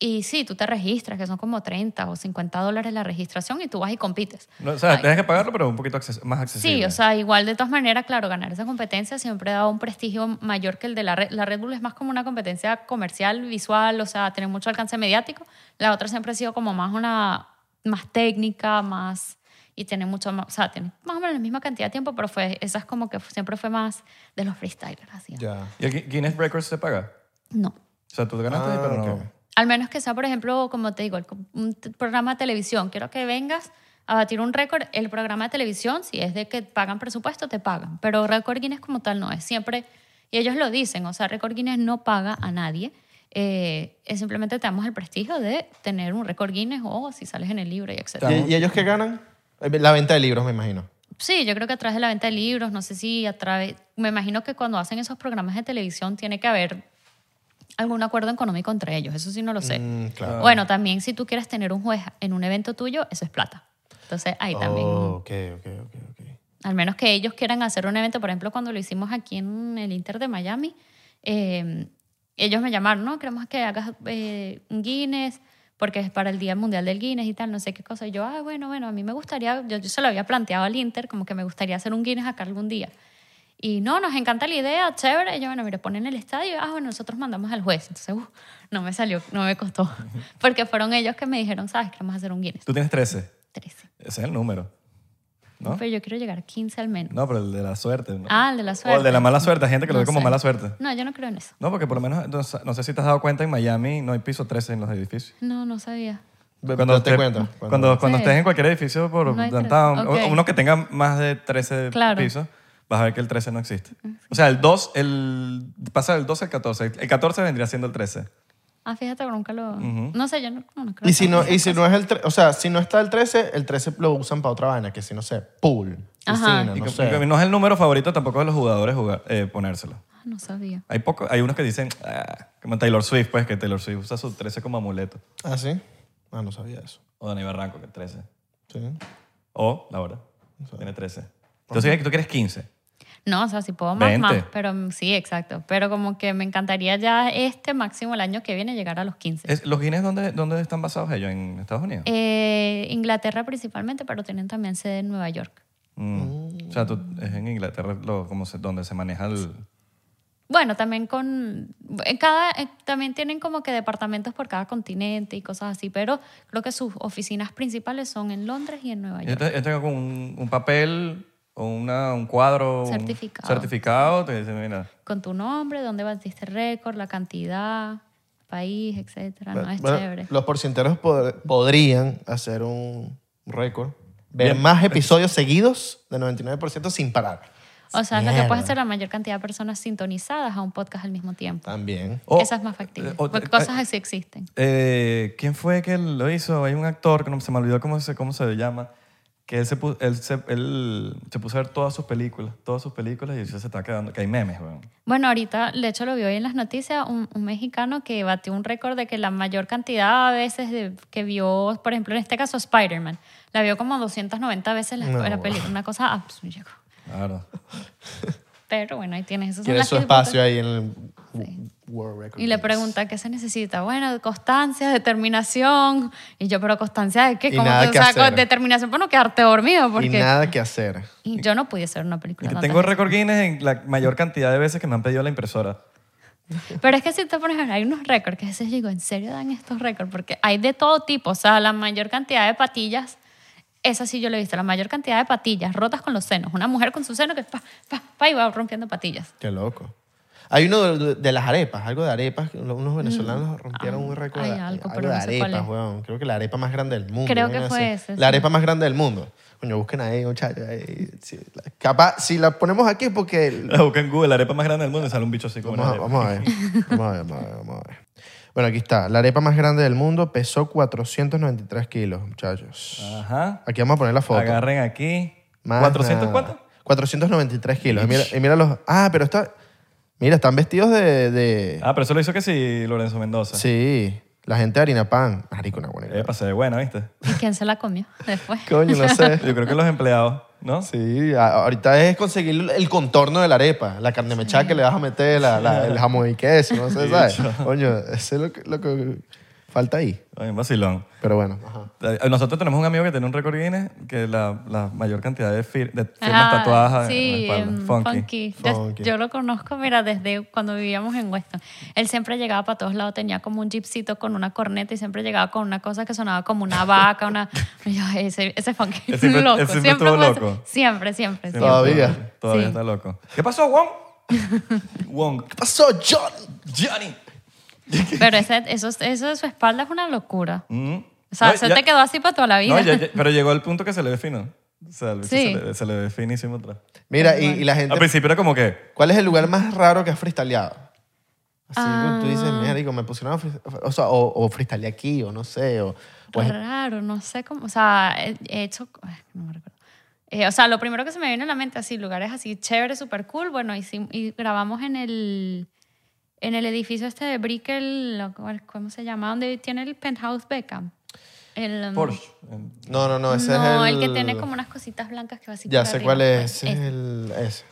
Speaker 1: Y sí, tú te registras, que son como 30 o 50 dólares la registración y tú vas y compites.
Speaker 3: No, o sea, tienes que pagarlo, pero un poquito acces- más accesible.
Speaker 1: Sí, o sea, igual de todas maneras, claro, ganar esa competencia siempre ha dado un prestigio mayor que el de la Red La Red Bull es más como una competencia comercial, visual, o sea, tener mucho alcance mediático. La otra siempre ha sido como más una, más técnica, más, y tiene mucho más, o sea, tiene más o menos la misma cantidad de tiempo, pero fue, esa es como que siempre fue más de los freestylers, así.
Speaker 2: Ya.
Speaker 3: ¿Y el Gui- Guinness Records se paga?
Speaker 1: No.
Speaker 3: O sea, tú te ganaste,
Speaker 2: Ah,
Speaker 3: pero
Speaker 2: ok.
Speaker 3: no.
Speaker 1: Al menos que sea, por ejemplo, como te digo, el- un t- programa de televisión. Quiero que vengas a batir un récord. El programa de televisión, si es de que pagan presupuesto, te pagan. Pero récord Guinness como tal no es. Siempre, y ellos lo dicen, o sea, récord Guinness no paga a nadie. Eh, es simplemente te damos el prestigio de tener un récord Guinness o si sales en el libro y etc.
Speaker 3: Estamos-
Speaker 2: ¿Y, y ellos qué ganan? Eh, La venta de libros, me imagino.
Speaker 1: Sí, yo creo que a través de la venta de libros, no sé si a través, me imagino que cuando hacen esos programas de televisión tiene que haber algún acuerdo económico entre ellos, eso sí no lo sé.
Speaker 2: Mm, claro.
Speaker 1: Bueno, también si tú quieres tener un juez en un evento tuyo, eso es plata. Entonces ahí también.
Speaker 2: Oh, ok, ok, ok, ok.
Speaker 1: Al menos que ellos quieran hacer un evento, por ejemplo, cuando lo hicimos aquí en el Inter de Miami, eh, ellos me llamaron, ¿no? Queremos que hagas eh, un Guinness, porque es para el Día Mundial del Guinness y tal, no sé qué cosa. Y yo, ah, bueno, bueno, a mí me gustaría, yo, yo se lo había planteado al Inter, como que me gustaría hacer un Guinness acá algún día. Y no, nos encanta la idea, chévere. Y yo, bueno, mira, ponen el estadio, ah, bueno, nosotros mandamos al juez. Entonces, uh, no me salió, no me costó. Porque fueron ellos que me dijeron, ¿sabes? Queremos hacer un Guinness.
Speaker 3: Tú tienes 13. Ese
Speaker 1: 13.
Speaker 3: es el número. ¿No?
Speaker 1: Pero yo quiero llegar a 15 al menos.
Speaker 3: No, pero el de la suerte. ¿no?
Speaker 1: Ah, el de la
Speaker 3: O el
Speaker 1: suerte.
Speaker 3: de la mala suerte. Hay gente que lo
Speaker 1: No
Speaker 3: ve como
Speaker 1: sé.
Speaker 3: mala suerte.
Speaker 1: No, yo no creo en eso.
Speaker 3: No, porque por lo menos, no, sé- no sé si te has dado cuenta, en Miami no hay piso 13 en los edificios.
Speaker 1: No, no sabía.
Speaker 2: Ve- pero te
Speaker 3: estés-
Speaker 2: cuento.
Speaker 3: Cuando,
Speaker 2: cuando-
Speaker 3: cuando
Speaker 1: Sí.
Speaker 3: estés en cualquier edificio por
Speaker 1: No hay trece.
Speaker 3: downtown, o-
Speaker 1: Ok.
Speaker 3: uno que tenga más de 13
Speaker 1: Claro. Mm,
Speaker 3: pisos, vas a ver que el 13 no existe. O sea, el 2, el, pasa del 12 al 14. El 14 vendría siendo el 13.
Speaker 1: Ah, fíjate, pero nunca lo... No sé, yo no, no, no creo.
Speaker 2: Y si
Speaker 1: tanto
Speaker 2: no,
Speaker 1: en
Speaker 2: y
Speaker 1: esas
Speaker 2: si no es el tre- o sea, si no está el 13, el 13 lo usan para otra vaina, que si no sé, pool,
Speaker 1: Ajá.
Speaker 2: piscina,
Speaker 3: Y
Speaker 2: no
Speaker 3: que-
Speaker 2: sé.
Speaker 3: y que no es el número favorito tampoco de los jugadores jugar- eh, ponérselo.
Speaker 1: cosas. Ah, no sabía.
Speaker 3: Hay, poco, hay unos que dicen, "Ah", como Taylor Swift, pues que Taylor Swift usa su 13 como amuleto.
Speaker 2: ¿Ah, sí? Ah, no sabía eso.
Speaker 3: O Dani Barranco, que es 13.
Speaker 2: Sí.
Speaker 3: O Laura, tiene 13. Entonces tú quieres 15.
Speaker 1: No, o sea, si puedo más, más.
Speaker 3: 20.
Speaker 1: Pero mm, sí, exacto. Pero como que me encantaría ya este máximo el año que viene llegar a los 15.
Speaker 3: Es- ¿Los Guinness dónde, dónde están basados ellos? ¿En Estados Unidos?
Speaker 1: Eh, Inglaterra principalmente, pero tienen también sede en Nueva York.
Speaker 3: Mm. O sea, tú- es en Inglaterra lo- como se- donde se maneja el...
Speaker 1: Bueno, también con en cada eh, también tienen como que departamentos por cada continente y cosas así, pero creo que sus oficinas principales son en Londres y en Nueva
Speaker 3: Yo,
Speaker 1: York.
Speaker 3: te- yo tengo como un, un papel o una, un cuadro... un
Speaker 1: Certificado.
Speaker 3: certificado, te dice, mira,
Speaker 1: Con tu nombre, dónde batiste este récord, la cantidad, país, etcétera, no es
Speaker 2: Bueno,
Speaker 1: chévere.
Speaker 2: Los porcenteros pod- podrían hacer un récord. Ver más episodios seguidos de 99% sin parar.
Speaker 1: O sea, lo que
Speaker 2: Mierda.
Speaker 1: puedes hacer la mayor cantidad de personas sintonizadas a un podcast al mismo tiempo.
Speaker 2: También.
Speaker 3: O-
Speaker 1: Esa es más factible.
Speaker 3: eh, o-
Speaker 1: porque
Speaker 3: eh,
Speaker 1: cosas así existen.
Speaker 3: Eh, ¿Quién fue que lo hizo? Hay un actor que no se me olvidó cómo se, cómo se llama, que él se, pu- él se- él se puso a ver todas sus películas, todas sus películas y eso se está quedando, que hay memes, weón.
Speaker 1: Bueno, ahorita, de hecho, lo vi hoy en las noticias, un, un mexicano que batió un récord de que la mayor cantidad a veces de- que vio, por ejemplo, en este caso Spider-Man, la vio como 290 veces la,
Speaker 2: No,
Speaker 1: la
Speaker 2: wow.
Speaker 1: película, una cosa absurda.
Speaker 3: Claro.
Speaker 1: Pero bueno, ahí tienes eso.
Speaker 2: Quiere su espacio ahí en el World Record.
Speaker 1: Y le
Speaker 2: Guinness.
Speaker 1: pregunta, ¿qué se necesita? Bueno, constancia, determinación. Y yo, pero constancia de qué?
Speaker 2: Y
Speaker 1: ¿Cómo
Speaker 2: nada
Speaker 1: te
Speaker 2: que
Speaker 1: saco
Speaker 2: hacer.
Speaker 1: determinación para no quedarte dormido?
Speaker 2: Y
Speaker 1: Porque
Speaker 2: nada que hacer.
Speaker 1: Y yo no pude hacer una película.
Speaker 3: Y que
Speaker 1: tantas
Speaker 3: tengo
Speaker 1: veces.
Speaker 3: récord Guinness en la mayor cantidad de veces que me han pedido la impresora.
Speaker 1: Pero es que si te pones a ver, hay unos récords que a veces digo, ¿en serio dan estos récords? Porque hay de todo tipo. O sea, la mayor cantidad de patillas, esa sí yo la he visto, la mayor cantidad de patillas rotas con los senos. Una mujer con su seno que pa, pa, pa, y va rompiendo patillas.
Speaker 2: Qué loco. Hay uno de, de- de las arepas, algo de arepas. que Unos venezolanos rompieron un récord.
Speaker 1: Mm. hay
Speaker 2: de-
Speaker 1: algo, pero
Speaker 2: de
Speaker 1: no sé cuál
Speaker 2: arepas,
Speaker 1: es.
Speaker 2: weón. Creo que la arepa más grande del mundo.
Speaker 1: Creo
Speaker 2: ¿no?
Speaker 1: que
Speaker 2: Así.
Speaker 1: fue ese, sí.
Speaker 2: La arepa más grande del mundo. Coño, busquen ahí, muchachos. ahí. Si- la- capaz, si la ponemos aquí es porque... el-
Speaker 3: La busqué en Google, la arepa más grande del mundo y sale un bicho así como
Speaker 2: Vamos, a, vamos
Speaker 3: una arepa.
Speaker 2: a ver. Vamos a ver, vamos a ver, vamos a ver. Bueno, aquí está. La arepa más grande del mundo pesó 493 kilos, muchachos.
Speaker 3: Ah. Ajá.
Speaker 2: Aquí vamos a poner la foto.
Speaker 3: Agarren aquí.
Speaker 2: Más
Speaker 3: ¿400
Speaker 2: nada.
Speaker 3: cuánto?
Speaker 2: 493 kilos. Y mira, y mira los... Ah, pero está... Mira, están vestidos de... de-
Speaker 3: Ah, pero eso lo hizo que sí Lorenzo Mendoza.
Speaker 2: Sí. La gente de harina pan. Marico, una buena idea.
Speaker 3: Eh, pasé de buena, ¿viste?
Speaker 1: ¿Y quién se la comió después?
Speaker 2: Coño, no sé.
Speaker 3: Yo creo que los empleados, ¿no?
Speaker 2: Sí, a- ahorita es conseguir el contorno de la arepa, la carne mechada que le vas a meter, la- la- el jamón y queso, no sé, ¿sabes? Coño, eso es lo que, lo que falta ahí.
Speaker 3: Ay, un vacilón.
Speaker 2: Pero bueno, ajá.
Speaker 3: Eh, Nosotros tenemos un amigo que tiene un récord Guinness que la, la mayor cantidad de, fir- de firmas
Speaker 1: Ah,
Speaker 3: tatuadas en-
Speaker 1: sí,
Speaker 3: en la espalda.
Speaker 1: em,
Speaker 3: Funky.
Speaker 1: funky. Yo-
Speaker 2: Funky.
Speaker 1: Yo, lo conozco, mira, desde cuando vivíamos en Weston. Él siempre llegaba para todos lados, tenía como un jeepcito con una corneta y siempre llegaba con una cosa que sonaba como una vaca, una... Y yo, ese, ese funky
Speaker 3: Él
Speaker 1: es
Speaker 3: siempre-
Speaker 1: loco.
Speaker 3: él siempre estuvo
Speaker 1: fue así.
Speaker 3: loco.
Speaker 1: Siempre, siempre.
Speaker 3: Sí,
Speaker 1: siempre.
Speaker 2: Todavía.
Speaker 3: no, Todavía
Speaker 1: Sí.
Speaker 3: está loco. ¿Qué pasó, Wong? Wong.
Speaker 2: ¿Qué pasó, John?
Speaker 3: Johnny.
Speaker 1: Pero ese- eso, eso de su espalda es una locura.
Speaker 3: Mm.
Speaker 1: O sea,
Speaker 3: No,
Speaker 1: se
Speaker 3: ya-
Speaker 1: te quedó así para toda la vida.
Speaker 3: No, ya- ya- pero llegó al punto que se le ve fino. O sea, al bicho
Speaker 1: Sí.
Speaker 3: se, le, se le ve finísimo atrás.
Speaker 2: Mira, y, y la gente...
Speaker 3: Al principio era como que...
Speaker 2: ¿Cuál es el lugar más raro que has freestyleado? Así como tú
Speaker 1: Ah.
Speaker 2: dices, mira, digo, me pusieron a fris- o, sea, o, o freestyleé aquí, o no sé, o... o es-
Speaker 1: Raro, no sé cómo. O sea, he he hecho. ay, No me recuerdo. Eh, o sea, lo primero que se me viene a la mente, así, lugares así chéveres, súper cool. Bueno, hicim- y, grabamos en el, en el edificio este de Brickell, lo- ¿cómo se llama? Donde tiene el penthouse Beckham. El, um,
Speaker 3: Porsche.
Speaker 2: No, no, no, ese
Speaker 1: no,
Speaker 2: es
Speaker 1: el...
Speaker 2: el...
Speaker 1: que tiene como unas cositas blancas que va así
Speaker 2: Ya
Speaker 1: por
Speaker 2: sé
Speaker 1: arriba,
Speaker 2: cuál
Speaker 1: pues,
Speaker 2: es. Ese es
Speaker 1: ese.
Speaker 2: el... Ese.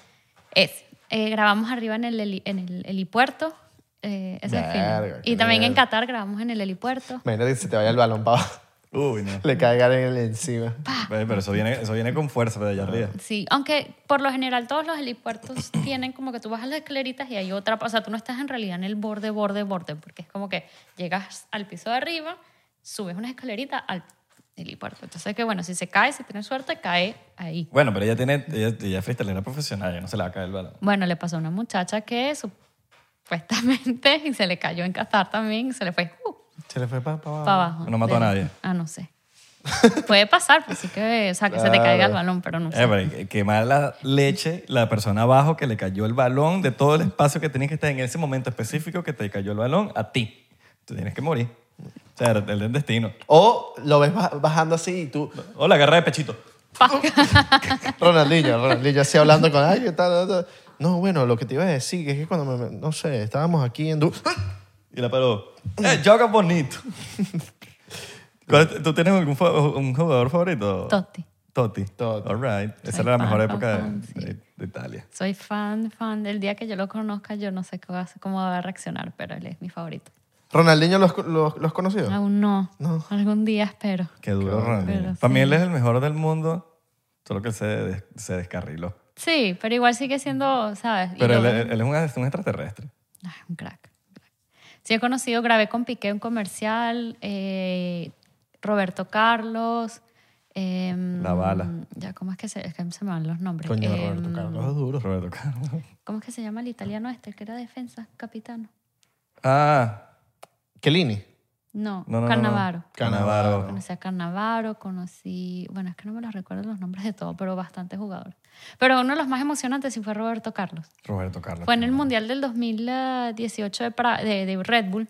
Speaker 1: Es. Eh, grabamos arriba en el, heli- en el helipuerto. eh, ese es
Speaker 2: Verga,
Speaker 1: fino.
Speaker 2: qué
Speaker 1: Y también en
Speaker 2: mierda.
Speaker 1: Qatar grabamos en el helipuerto.
Speaker 2: Imagínate que se te vaya el balón para abajo.
Speaker 3: Uy, no.
Speaker 2: Le caiga en el encima.
Speaker 3: Ve, Pero eso viene, eso viene con fuerza de allá arriba.
Speaker 1: Sí, aunque por lo general todos los helipuertos tienen como que tú bajas las escaleritas y hay otra, o sea, tú no estás en realidad en el borde, borde, borde, porque es como que llegas al piso de arriba, subes una escalerita al helipuerto. Entonces, que bueno, si se cae, si tienes suerte, cae ahí.
Speaker 3: Bueno, pero ella tiene, ella, ella es freestylera profesional, ella no se le va a caer el balón.
Speaker 1: Bueno, le pasó a una muchacha que supuestamente y se le cayó en Qatar también y se le fue uh,
Speaker 2: Se le fue para abajo.
Speaker 1: para abajo.
Speaker 3: Ah, No mató a
Speaker 1: De-
Speaker 3: nadie.
Speaker 1: Ah, no sé. Puede pasar, pues sí que, o sea, que se te
Speaker 2: Claro.
Speaker 1: caiga el balón, pero no sé.
Speaker 3: Eh, pero que- que mala leche la persona abajo que le cayó el balón de todo el espacio que tenías que estar en ese momento específico que te cayó el balón a ti. Tú tienes que morir. O sea, el, el destino.
Speaker 2: O lo ves ba- bajando así y tú...
Speaker 3: O la agarra de pechito.
Speaker 2: Ronaldinho, Ronaldinho así hablando con... Ay, ¿qué tal? tal, tal?". No, bueno, lo que te iba a decir es que cuando me... No sé, estábamos aquí en... Du- ¡Ah!
Speaker 3: Y la paró. ¡Eh, joga bonito! ¿Cuál es- ¿Tú tienes algún fa- un jugador favorito?
Speaker 1: Totti.
Speaker 3: Totti.
Speaker 2: Totti.
Speaker 3: All right. Esa
Speaker 1: Soy
Speaker 3: era la mejor
Speaker 1: fan,
Speaker 3: época
Speaker 1: fan,
Speaker 3: de,
Speaker 1: fan, sí.
Speaker 3: de- de Italia.
Speaker 1: Soy fan, fan. Del día que yo lo conozca, yo no sé qué va a hacer, cómo va a reaccionar, pero él es mi favorito.
Speaker 2: ¿Ronaldinho los, los, los conocido?
Speaker 3: Ah.
Speaker 1: Aún no.
Speaker 2: No.
Speaker 1: Algún día espero.
Speaker 3: Qué duro, Ronaldinho.
Speaker 1: Pero
Speaker 3: Para mí
Speaker 1: sí.
Speaker 3: él es el mejor del mundo, solo que él se, des- se descarriló.
Speaker 1: Sí, pero igual sigue siendo, ¿sabes? Y
Speaker 3: Pero él,
Speaker 1: yo-
Speaker 3: él es un, un extraterrestre.
Speaker 1: Ah, un crack. Sí, he conocido, grabé con Piqué un comercial, eh, Roberto Carlos. em,
Speaker 3: La Bala.
Speaker 1: Ya, ¿cómo es que se, es que se me van los nombres?
Speaker 2: Coño,
Speaker 1: Em,
Speaker 2: Roberto Carlos es Ah, duro.
Speaker 3: Roberto Carlos.
Speaker 1: ¿Cómo es que se llama el italiano este, el que era defensa, capitano?
Speaker 3: Ah,
Speaker 2: Kelini.
Speaker 1: No,
Speaker 3: no, no, no, no.
Speaker 1: Carnavaro.
Speaker 2: Cannavaro.
Speaker 1: Conocí a Carnavaro, conocí, bueno, es que no me los recuerdo los nombres de todo, pero bastante jugador. Pero uno de los más emocionantes sí fue Roberto Carlos.
Speaker 3: Roberto Carlos.
Speaker 1: Fue en el Mundial del 2018 de, Pra- de- de Red Bull,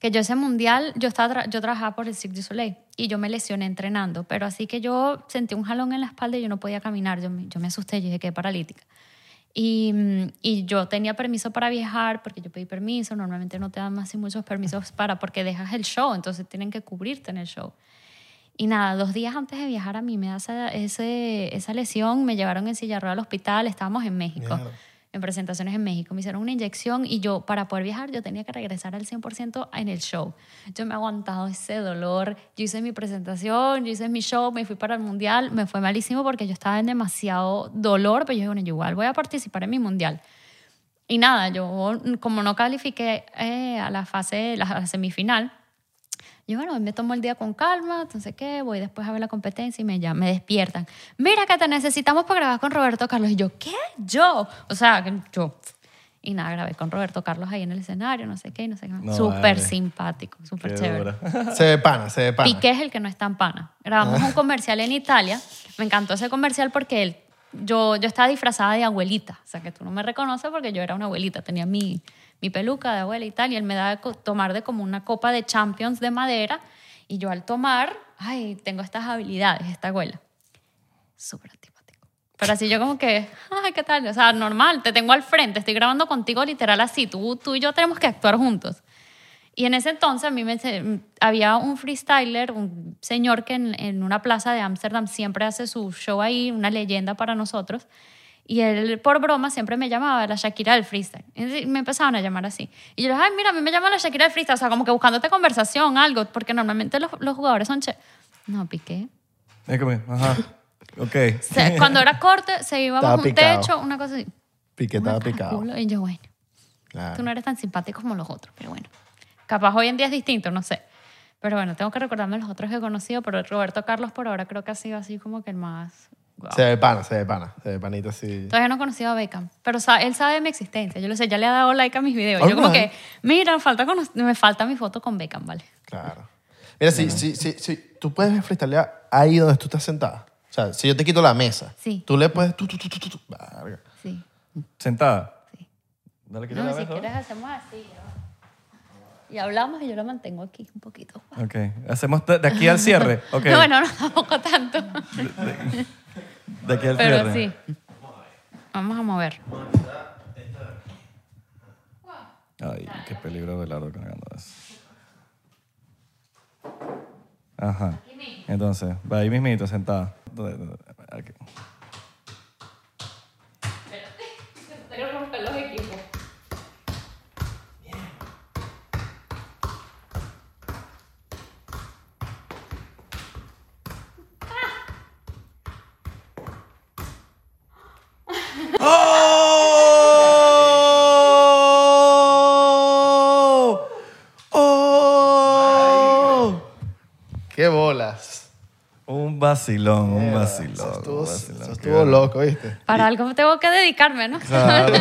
Speaker 1: que yo ese Mundial, yo, estaba tra- yo trabajaba por el Cirque du Soleil y yo me lesioné entrenando, pero así que yo sentí un jalón en la espalda y yo no podía caminar, yo me, yo me asusté, yo dije, quedé paralítica. Y, mm, y yo tenía permiso para viajar porque yo pedí permiso, normalmente no te dan más y muchos permisos para, porque dejas el show, entonces tienen que cubrirte en el show. Y nada, dos días antes de viajar a mí me da esa, ese- esa lesión, me llevaron en silla de ruedas al hospital, estábamos en México,
Speaker 2: Mierda.
Speaker 1: en presentaciones en México, me hicieron una inyección y yo para poder viajar yo tenía que regresar al 100% en el show. Yo me he aguantado ese dolor, yo hice mi presentación, yo hice mi show, me fui para el mundial, me fue malísimo porque yo estaba en demasiado dolor, pero yo dije, bueno, yo igual voy a participar en mi mundial. Y nada, yo como no califiqué eh, a la fase, la- a la semifinal, yo, bueno, me tomo el día con calma, entonces qué, voy después a ver la competencia y me llaman, me despiertan. Mira que te necesitamos para grabar con Roberto Carlos. Y yo, ¿qué? Yo. O sea, que yo. Y nada, grabé con Roberto Carlos ahí en el escenario, no sé qué, y no sé qué.
Speaker 3: No,
Speaker 1: súper
Speaker 3: vale.
Speaker 1: simpático, súper
Speaker 3: Qué
Speaker 1: chévere.
Speaker 3: dura.
Speaker 2: Se ve pana, se ve pana.
Speaker 1: Piqué es el que no es tan pana. Grabamos un comercial en Italia. Me encantó ese comercial porque él, yo, yo estaba disfrazada de abuelita. O sea, que tú no me reconoces porque yo era una abuelita. Tenía mi, mi peluca de abuela y tal. Y él me daba de co- tomar de como una copa de Champions de madera. Y yo al tomar, ay, tengo estas habilidades, esta abuela. Súper antipático. Pero así yo como que, ay, ¿qué tal? O sea, normal, te tengo al frente, estoy grabando contigo literal así. Tú, tú y yo tenemos que actuar juntos. Y en ese entonces a mí me, se- había un freestyler, un señor que en, en una plaza de Ámsterdam siempre hace su show ahí, una leyenda para nosotros. Y él, por broma, siempre me llamaba la Shakira del freestyle. Y sí, me empezaban a llamar así. Y yo, ay, mira, a mí me llama la Shakira del freestyle. O sea, como que buscándote conversación, algo, porque normalmente los, los jugadores son che. No, piqué.
Speaker 3: Es como, ajá. Ok.
Speaker 1: O sea, cuando era corte, se iba
Speaker 2: Estaba
Speaker 1: bajo un
Speaker 2: picado.
Speaker 1: techo, una cosa así.
Speaker 2: Piqué estaba
Speaker 1: Una cara de
Speaker 2: picado.
Speaker 1: culo. Y yo, bueno.
Speaker 2: Claro.
Speaker 1: Tú no eres tan simpático como los otros, pero bueno. Capaz hoy en día es distinto, no sé. Pero bueno, tengo que recordarme los otros que he conocido, pero Roberto Carlos por ahora creo que ha sido así como que el más... guau.
Speaker 2: Se ve pana, se ve pana. Se ve panita así.
Speaker 1: Todavía no he conocido a Beckham, pero sa- él sabe de mi existencia. Yo lo sé, ya le ha dado like a mis videos. Yo como
Speaker 2: Alright.
Speaker 1: que, mira, falta cono- me falta mi foto con Beckham, ¿vale?
Speaker 2: Claro. Mira, si, si, si, si tú puedes freestylear ahí donde tú estás sentada. O sea, si yo te quito la mesa,
Speaker 1: Sí.
Speaker 2: tú le puedes... Tú, tú, tú, tú, tú, tú. Verga.
Speaker 1: Sí.
Speaker 3: Sentada.
Speaker 1: Sí.
Speaker 3: Dale, quita
Speaker 1: No,
Speaker 3: la
Speaker 1: si
Speaker 3: mesa.
Speaker 1: quieres hacemos así. ya va. Y hablamos y yo lo mantengo aquí un poquito.
Speaker 3: Ok. Hacemos de de aquí al cierre. Ok.
Speaker 1: No, bueno, no tampoco tanto,
Speaker 3: De aquí al
Speaker 1: pero
Speaker 3: cierre.
Speaker 1: sí. Vamos a mover.
Speaker 3: Ay, qué peligro Belardo cargando eso. Ajá. Entonces, va ahí mismito, sentada. Aquí. ¡Oh! ¡Oh!
Speaker 2: ¡Qué bolas!
Speaker 3: Un vacilón, un
Speaker 2: Eso
Speaker 3: vacilón.
Speaker 2: estuvo,
Speaker 3: un vacilón.
Speaker 2: eso
Speaker 3: Qué
Speaker 2: estuvo loco, ¿viste?
Speaker 1: Para algo tengo que dedicarme, ¿no?
Speaker 3: Claro.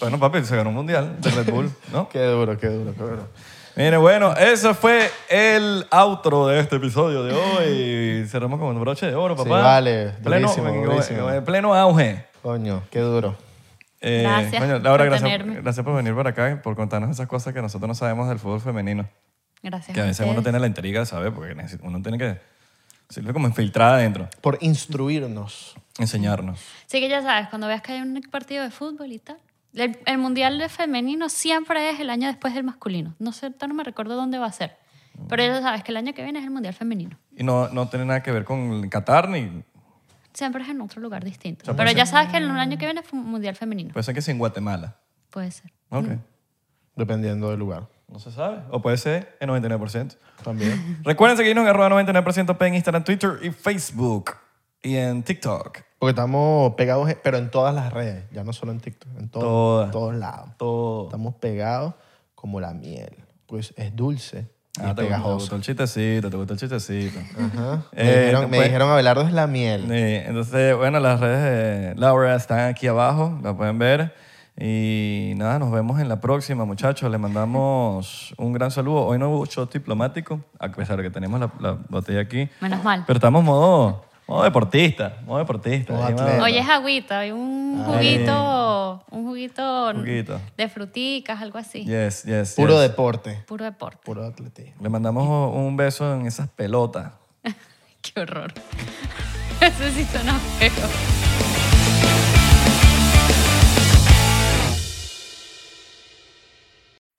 Speaker 3: bueno, papi, se ganó un mundial de Red Bull, ¿no?
Speaker 2: Qué duro, qué duro, qué duro.
Speaker 3: Mire, bueno, eso fue el outro de este episodio de hoy. Cerramos con un broche de oro,
Speaker 2: Sí,
Speaker 3: papá.
Speaker 2: vale,
Speaker 3: Pleno,
Speaker 2: durísimo,
Speaker 3: en- en-
Speaker 2: durísimo.
Speaker 3: en pleno auge.
Speaker 2: Coño, qué duro.
Speaker 3: Eh,
Speaker 1: Gracias
Speaker 3: coño, Laura,
Speaker 1: por
Speaker 3: gracias,
Speaker 1: tenerme.
Speaker 3: gracias por venir para acá y por contarnos esas cosas que nosotros no sabemos del fútbol femenino.
Speaker 1: Gracias.
Speaker 3: Que a veces uno
Speaker 1: ustedes.
Speaker 3: tiene la intriga de saber, porque necesita- uno tiene que sirve como infiltrada adentro,
Speaker 2: Por instruirnos.
Speaker 3: enseñarnos.
Speaker 1: Así que ya sabes, cuando veas que hay un partido de fútbol y tal, el, el mundial de femenino siempre es el año después del masculino. No sé, ahorita no me recuerdo dónde va a ser. Pero ya sabes que el año que viene es el mundial femenino.
Speaker 3: Y no, no tiene nada que ver con Qatar ni.
Speaker 1: Siempre es en otro lugar distinto.
Speaker 3: sea,
Speaker 1: Pero
Speaker 3: parece-
Speaker 1: ya sabes que el año que viene es un mundial femenino.
Speaker 3: Puede ser pues, que sea en Guatemala.
Speaker 1: Puede ser.
Speaker 3: Ok.
Speaker 2: Dependiendo del lugar.
Speaker 3: No se sabe. O puede ser en 99%.
Speaker 2: También.
Speaker 3: Recuerden seguirnos en arroba 99% P en Instagram, Twitter y Facebook. Y en TikTok.
Speaker 2: Porque estamos pegados, pero en todas las redes, ya no solo en TikTok, en todo-
Speaker 3: Todas.
Speaker 2: todos lados.
Speaker 3: Todo.
Speaker 2: Estamos pegados como la miel. Pues es dulce y
Speaker 3: Ah, te, gustó, te
Speaker 2: pegajoso.
Speaker 3: gustó el chistecito, te gustó el chistecito.
Speaker 2: Ajá. Me,
Speaker 3: Eh,
Speaker 2: dijeron, me
Speaker 3: pues-
Speaker 2: dijeron, Abelardo es la miel.
Speaker 3: Sí, entonces, bueno, las redes de Laura están aquí abajo, la pueden ver. Y nada, nos vemos en la próxima, muchachos. Les mandamos un gran saludo. Hoy no hubo shot diplomático, a pesar de que tenemos la, la botella aquí.
Speaker 1: Menos mal.
Speaker 3: Pero estamos modo, modo deportista, modo deportista.
Speaker 2: Modo
Speaker 3: Ahí va.
Speaker 2: atleta.
Speaker 1: Oye, es agüita, hay un juguito, un juguito,
Speaker 3: Ah, Juguito.
Speaker 1: de fruticas, algo así.
Speaker 3: Yes, yes,
Speaker 2: Puro
Speaker 3: yes.
Speaker 2: deporte,
Speaker 1: Puro deporte.
Speaker 2: puro atletismo.
Speaker 3: Le mandamos un beso en esas pelotas.
Speaker 1: Qué horror. Eso sí suena feo.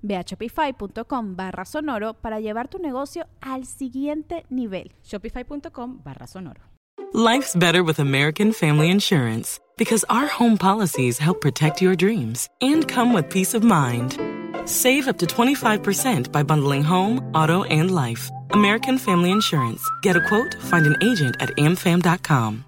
Speaker 4: Ve a shopify.com barra sonoro para llevar tu negocio al siguiente nivel.
Speaker 5: Shopify.com barra sonoro.
Speaker 6: Life's better with American Family Insurance because our home policies help protect your dreams and come with peace of mind. Save up to 25% by bundling home, auto, and life. American Family Insurance. Get a quote, find an agent at amfam.com.